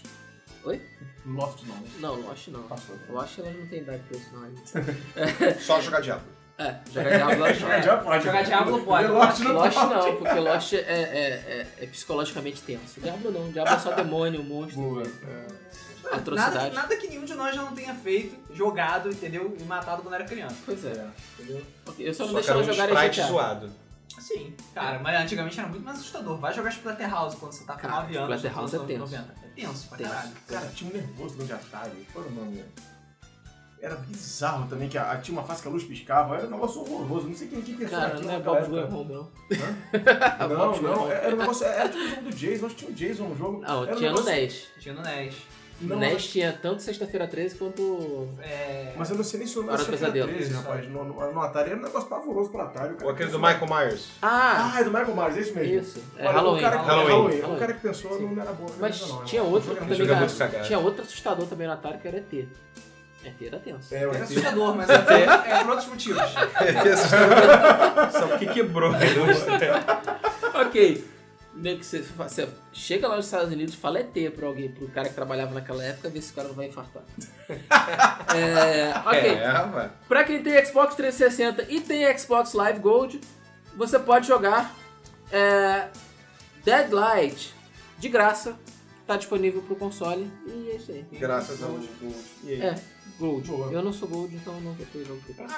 A: Oi?
C: Loft não.
A: Não, Lost não.
C: Passou. né?
A: Lost ela não tem idade pra isso, não. ainda.
B: Só jogar diabo.
A: É, jogar Diablo Lost não.
D: É,
C: já pode.
D: Jogar Diablo pode.
C: Loft não
A: Lost não, porque Lost é, é- é- é psicologicamente tenso. Diablo não, Diablo é só demônio, monstro,
C: Boa.
D: Nada,
A: É. atrocidade.
D: nada que nenhum de nós já não tenha feito, jogado, entendeu? E matado quando era criança.
A: Pois é,
C: É.
A: entendeu? Ok, Eu só não
B: Só
A: deixo
B: quero
A: ela
B: um
A: jogar
B: sprite
A: GTA.
B: zoado.
D: Sim, Assim, cara, mas antigamente era muito mais assustador. Vai jogar Splatterhouse quando você tá com
A: Cara,
D: 9 anos.
A: Splatterhouse é
D: nos anos 90. É tenso pra
A: Tenso.
D: caralho.
C: Cara, tinha um nervoso de Atari. Qual era o nome? Era bizarro também, que a- tinha uma fase que a luz piscava. Era um negócio horroroso. Não sei quem, quem pensou
A: Cara,
C: naquilo
A: não é
C: naquela
A: Bob
C: época.
A: Goer Home, não.
C: Não, não. Era um negócio... Era tipo um jogo do Jason. Acho que tinha um Jason no jogo.
A: Não,
C: era um
A: tinha no
C: negócio-
A: NES.
D: Tinha no NES.
A: No
C: Não,
A: NES tinha tanto Sexta-feira 13 quanto...
D: É...
C: Mas eu não sei nem se o
A: Hora do
C: negócio
A: pesadelo.
C: 13, rapaz. No, no, no Atari era um negócio pavoroso pro Atari. o cara
B: Ou aquele do
C: pensou-
B: Michael Myers.
A: Ah,
C: Ah, é do Michael Myers, é isso mesmo.
A: isso. É
C: Olha,
A: Halloween.
C: O cara, que-
B: Halloween.
C: Halloween.
A: Halloween.
C: O cara é que pensou
A: Sim.
C: não era boa.
A: Mas
C: não, né? não,
A: tinha
C: não.
A: outro
C: Não,
A: que
C: não,
A: também
B: jogo é
A: era-
B: muito cagado.
A: Tinha outro assustador também no Atari que era ET. ET era tenso.
C: É, eu
D: É
C: era assim.
D: assustador, mas até é por outros motivos.
B: Só porque quebrou.
A: Ok. Meio que você, fa- você chega lá nos Estados Unidos e fala ET pra alguém, pro cara que trabalhava naquela época, ver se o cara não vai infartar. é, ok.
B: É, rapaz.
A: Pra quem tem Xbox 360 e tem Xbox Live Gold, você pode jogar é, Deadlight de graça, tá disponível pro console e é isso aí.
B: Graças a Deus. E aí?
A: É. Gold.
C: Boa.
A: Eu não sou Gold, então não vou ter jogo. pro console.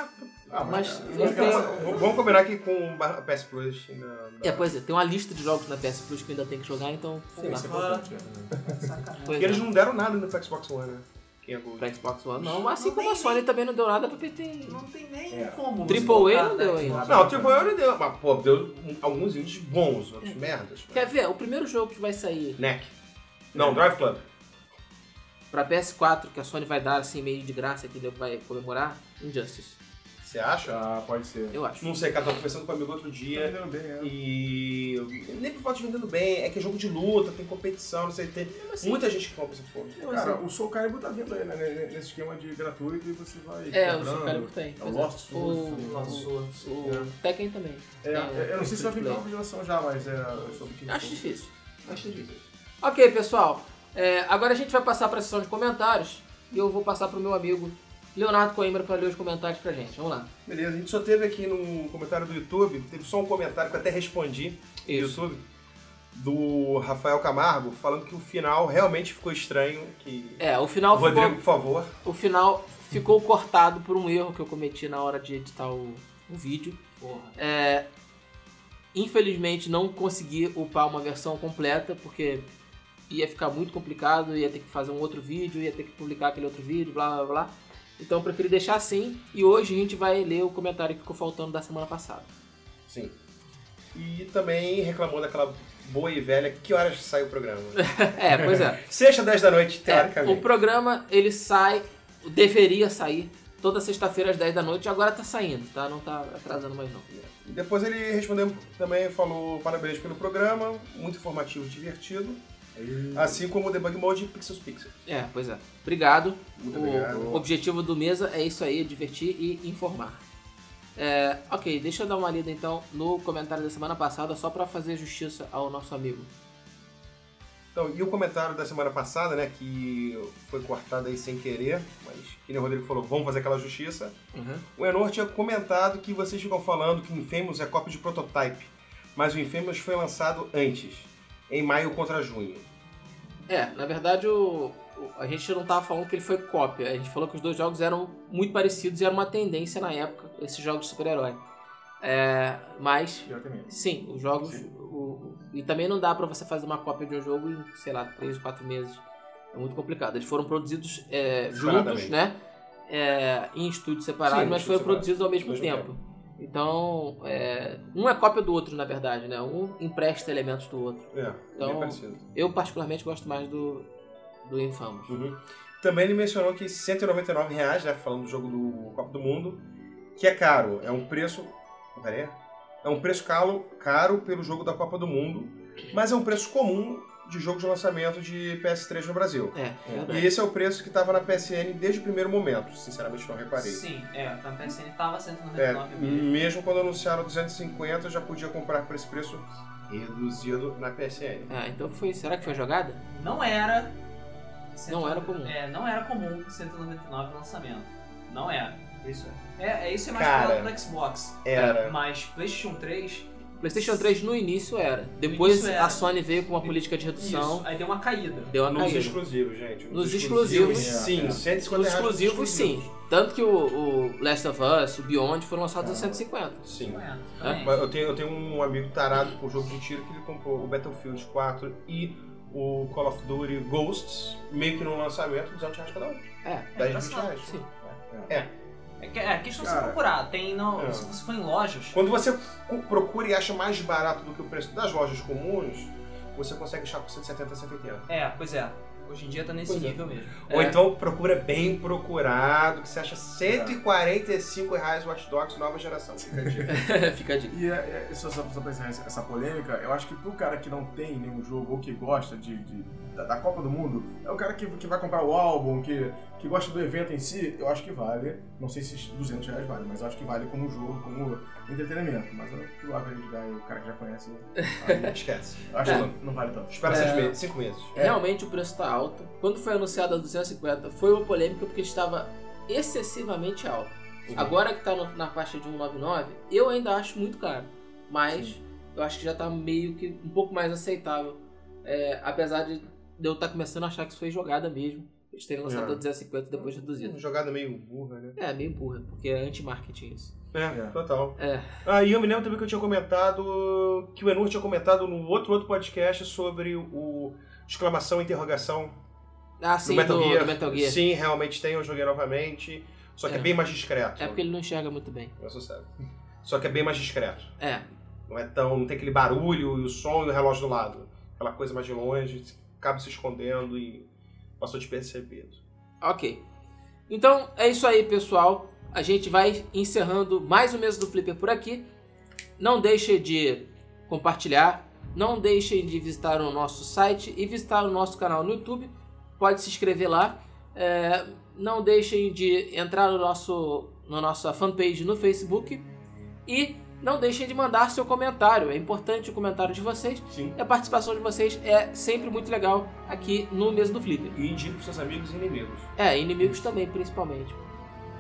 C: Ah,
A: Mas,
C: cara,
A: enfim,
C: graças-
B: V- Vamos combinar aqui com a PS Plus. né? Na, na...
A: É, pois é, tem uma lista de jogos na PS Plus que eu ainda tem que jogar, então
C: Sim,
A: vamos
C: isso é
A: lá.
C: importante.
A: Pois
B: Porque eles
A: é.
B: não deram nada no Xbox One, né? Quem é Gold.
A: Pra Xbox One não, mas assim
D: Não
A: como
D: tem
A: a Sony também não deu nada pra PT.
D: Não tem nem
C: É.
D: como. você
A: Triple A
D: botar,
A: não
D: né,
A: deu
D: Xbox.
A: ainda.
B: Não, tipo, o Triple A deu. Mas, pô, deu um- alguns indies bons, outros merdas.
A: Quer ver? O primeiro jogo que vai sair
B: Neck. Não, Drive Club.
A: pra PS4, que a Sony vai dar assim meio de graça, que deu- vai comemorar, Injustice.
B: Você acha?
C: Ah, pode ser.
A: Eu acho.
B: Não sei, cara, tava conversando com um amigo outro dia
C: Tá vendendo bem, é.
B: e. Nem por falta de vendendo bem, é que é jogo de luta, tem competição, não sei, tem muita gente que compra essa porra.
C: Cara,
A: assim.
C: o Soul Calibur tá dentro aí, né? Nesse esquema de gratuito e você vai.
A: É, o
C: comprando.
A: Soul Calibur tem.
C: É o
A: pois é.
C: Lost Souls.
A: O-
D: Lançou.
A: O Tekken também.
C: É,
A: né?
C: eu- eu não sei se vai vir
A: free-to-play.
C: nova geração já, mas é sobre que.
A: Acho difícil.
C: Acho difícil.
A: Ok, pessoal. É, agora a gente vai passar para a sessão de comentários e eu vou passar pro meu amigo Leonardo Coimbra para ler os comentários pra gente. Vamos lá.
B: Beleza, a gente só teve aqui no comentário do YouTube, teve só um comentário que eu até respondi no
A: Isso.
B: YouTube, do Rafael Camargo, falando que o final realmente ficou estranho, que.
A: É, o final
B: Rodrigo,
A: ficou,
B: por favor.
A: o final ficou cortado por um erro que eu cometi na hora de editar o, o vídeo.
D: Porra.
A: Infelizmente não consegui upar uma versão completa porque ia ficar muito complicado, ia ter que fazer um outro vídeo, ia ter que publicar aquele outro vídeo, blá blá blá. Então eu preferi deixar assim e hoje a gente vai ler o comentário que ficou faltando da semana passada.
B: Sim. E também reclamou daquela boa e velha que horas sai o programa.
A: É, pois é.
B: Sexta, 10 da noite,
A: É, o
B: teoricamente.
A: programa, ele sai, deveria sair toda sexta-feira às 10 da noite, agora tá saindo, tá? Não tá atrasando mais não.
B: E Depois ele respondeu também, falou parabéns pelo programa, muito informativo e divertido. Assim como o Debug Mode e Pixels Pixels.
A: É, pois é. Obrigado.
C: Muito
A: o
C: obrigado.
A: objetivo do Mesa é isso aí, divertir e informar. É, ok, deixa eu dar uma lida então no comentário da semana passada, só pra fazer justiça ao nosso amigo.
B: Então, e o comentário da semana passada, né, que foi cortado aí sem querer, mas que nem o Rodrigo falou, vamos fazer aquela justiça.
C: Uhum.
B: O Enor tinha comentado que vocês ficam falando que Infamous é cópia de Prototype, mas o Infamous foi lançado antes, em maio contra junho.
A: É, na verdade o, o- a gente não tava falando que ele foi cópia, a gente falou que os dois jogos eram muito parecidos e era uma tendência na época, esses jogos de super-herói. É, mas
C: Pior que a minha.
A: Sim, os jogos. o- o- e também não dá pra você fazer uma cópia de um jogo em, sei lá, 3, 4 meses. É muito complicado. Eles foram produzidos é, juntos,
B: Separadamente.
A: né? É, em estúdios separados,
B: Sim,
A: mas
B: estúdios
A: foram
B: separados,
A: produzidos ao mesmo,
B: ao mesmo
A: tempo. Então, é, um é cópia do outro, na verdade, né? Um empresta elementos do outro.
B: É,
A: Então-
B: bem parecido.
A: Eu, particularmente, gosto mais do, do Infamous.
B: Uhum. Também ele mencionou que R$ 199 reais, né, falando do jogo do Copa do Mundo, que é caro, é um preço, peraí, é um preço caro, caro pelo jogo da Copa do Mundo, mas é um preço comum de jogo de lançamento de PS3 no Brasil.
A: É, é verdade.
B: E esse é o preço que estava na PSN desde o primeiro momento, sinceramente não reparei.
D: Sim, é. Na PSN tava 199
B: É,
D: mil.
B: mesmo quando anunciaram 250, eu já podia comprar por esse preço reduzido na PSN.
A: Ah, então foi. Será que foi jogada?
D: Não era.
A: Não era comum.
D: É, não era comum 199 lançamento. Não era. Isso é. É, isso é mais
B: Cara.
D: falado no Xbox.
B: Era.
D: Mas PlayStation 3.
A: PlayStation 3 no início era. Depois
D: início era.
A: a Sony veio com uma política de redução,
D: Isso. Aí deu uma caída.
A: deu uma
B: Nos
A: caída.
B: exclusivos, gente.
A: Nos exclusivos,
B: sim.
C: é.
B: 150
A: Os
B: reais nos
A: exclusivos, sim. Tanto que o, o Last of Us, o Beyond foram
B: Ah.
A: lançados a 150.
B: Sim.
D: Não era,
A: É,
B: Mas
D: realmente.
B: Eu tenho, eu tenho um amigo tarado por jogo de tiro que ele comprou o Battlefield 4 e o Call of Duty Ghosts, meio que no lançamento, 200 reais cada um.
A: É,
B: 10, 20
D: engraçado,
B: reais.
A: sim.
D: É, que- é questão de se
C: Cara.
D: procurar. Tem não.
B: É.
D: Se você for em lojas.
B: Quando você co- procura e acha mais barato do que o preço das lojas comuns, você consegue achar por 170, 180.
D: É, pois é. Hoje em dia tá nesse
A: Pois é.
D: nível mesmo.
B: Ou
A: É.
B: então procura bem procurado, que você acha 145 reais Watch Dogs nova geração. Fica a dica.
A: fica a dica.
C: E é, é, só, só, só pra encerrar essa, essa polêmica, eu acho que pro cara que não tem nenhum jogo ou que gosta de, de- da, da Copa do Mundo, é o cara que, que vai comprar o álbum, que, que gosta do evento em si, eu acho que vale. Não sei se 200 reais vale, mas eu acho que vale como jogo, como entretenimento. Mas eu, eu acho que vai, o cara que já conhece, né? aí,
B: Esquece.
C: acho que não vale tanto.
B: Espera seis meses, cinco meses.
C: É.
A: Realmente o preço tá alto. Quando foi anunciado a 250, foi uma polêmica porque estava excessivamente alto. Agora que tá no- na faixa de 199, eu ainda acho muito caro. Mas eu acho que já tá meio que um pouco mais um aceitável é, apesar de eu estar começando a achar que isso foi jogada mesmo. Eles terem lançado
C: É.
A: a 1050 depois de reduzido.
B: Jogada meio burra, né?
A: É, meio burra, porque é anti-marketing isso.
B: É,
C: É.
B: total.
A: É.
B: Ah, e eu me lembro também que eu tinha comentado. Que o Enur tinha comentado no outro outro podcast sobre o exclamação interrogação
A: Ah,
B: do
A: sim,
B: Metal,
A: do,
B: Gear.
A: do Metal Gear.
B: Sim, realmente tem, eu joguei novamente. Só que é,
A: É.
B: bem mais discreto.
A: É porque ele não enxerga muito bem.
B: Eu sou sério. Só que é bem mais discreto.
A: É,
B: Não é tão. Não tem aquele barulho e o som e o relógio do lado. Aquela coisa mais de longe, acaba se escondendo e passou despercebido.
A: ok. Então é isso aí, pessoal. A gente vai encerrando mais um mês do Flipper por aqui. Não deixe de compartilhar, não deixem de visitar o nosso site e visitar o nosso canal no YouTube. Pode se inscrever lá. É, não deixem de entrar no nosso, na nossa fanpage no Facebook e não deixem de mandar seu comentário. É importante o comentário de vocês.
B: Sim.
A: E a participação de vocês é sempre muito legal aqui no mês do Flipper.
B: E indico pros seus amigos e inimigos.
A: É, inimigos também, principalmente.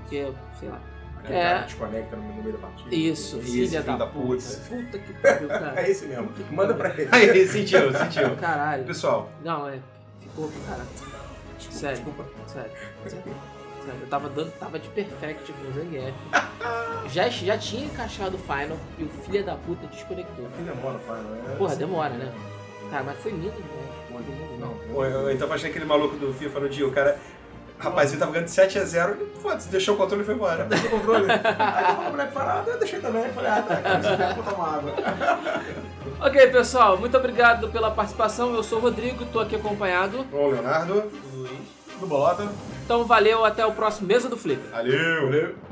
A: Porque, sei lá.
C: Aquele
A: É.
C: cara que desconecta no meio da partida.
A: Isso,
B: Esse
A: filha
B: filho
A: da,
B: da
A: puta.
B: puta.
A: Puta que pariu, cara.
C: É esse mesmo. Manda pra ele.
B: Aí, sentiu, sentiu.
A: Caralho.
B: Pessoal,
A: Não, é. Ficou pro caralho. Sério, sério. sério. Sério, Eu tava dando. Tava de perfect com o Zangief. Já, já tinha encaixado o final e o filho da puta desconectou.
C: Que demora, pai, não é?
A: Porra, demora, né? Cara, mas foi lindo, né? Foi lindo,
C: Não,
A: né?
B: ou- ou então faz aquele maluco do FIFA no dia, o cara. Rapazinho tava ganhando 7x0 e foda-se, deixou o controle e foi embora.
C: Deixa o controle. Aí eu falei pra ele parar, eu deixei também. Falei, ah, tá, cara, você quer botar uma água.
A: Ok, pessoal, muito obrigado pela participação. Eu sou o Rodrigo, tô aqui acompanhado.
B: Bom, Leonardo.
C: Do Bolota.
A: Então valeu, até o próximo Mesa do Flipper.
B: Valeu!
C: Valeu.